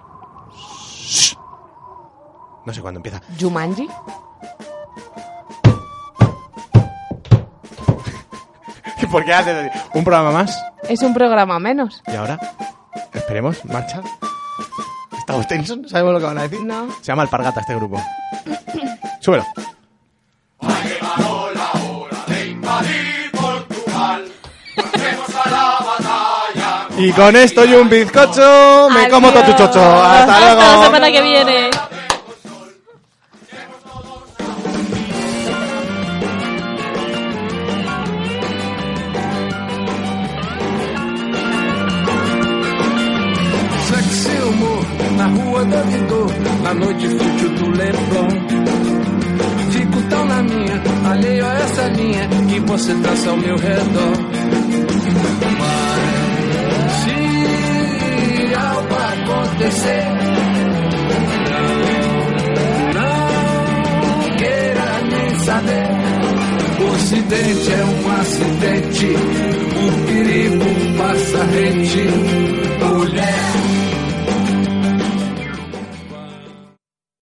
No sé cuándo empieza. [laughs] ¿Jumanji? ¿Por qué haces así? un programa más? Es un programa menos. Y ahora, esperemos, marcha. Estamos tensos, no sabemos lo que van a decir. No. Se llama Alpargata este grupo. Súbelo. Y con esto y un bizcocho, me como todo tu chocho. Hasta luego. Hasta la semana que viene. Sexy humor na rua do Guido, na noite fútil do Leblon. Fico tão na minha, alheio a essa linha que você traça ao meu redor. Mas se algo acontecer, não, não queira nem saber. O acidente é um acidente, o perigo passa rente.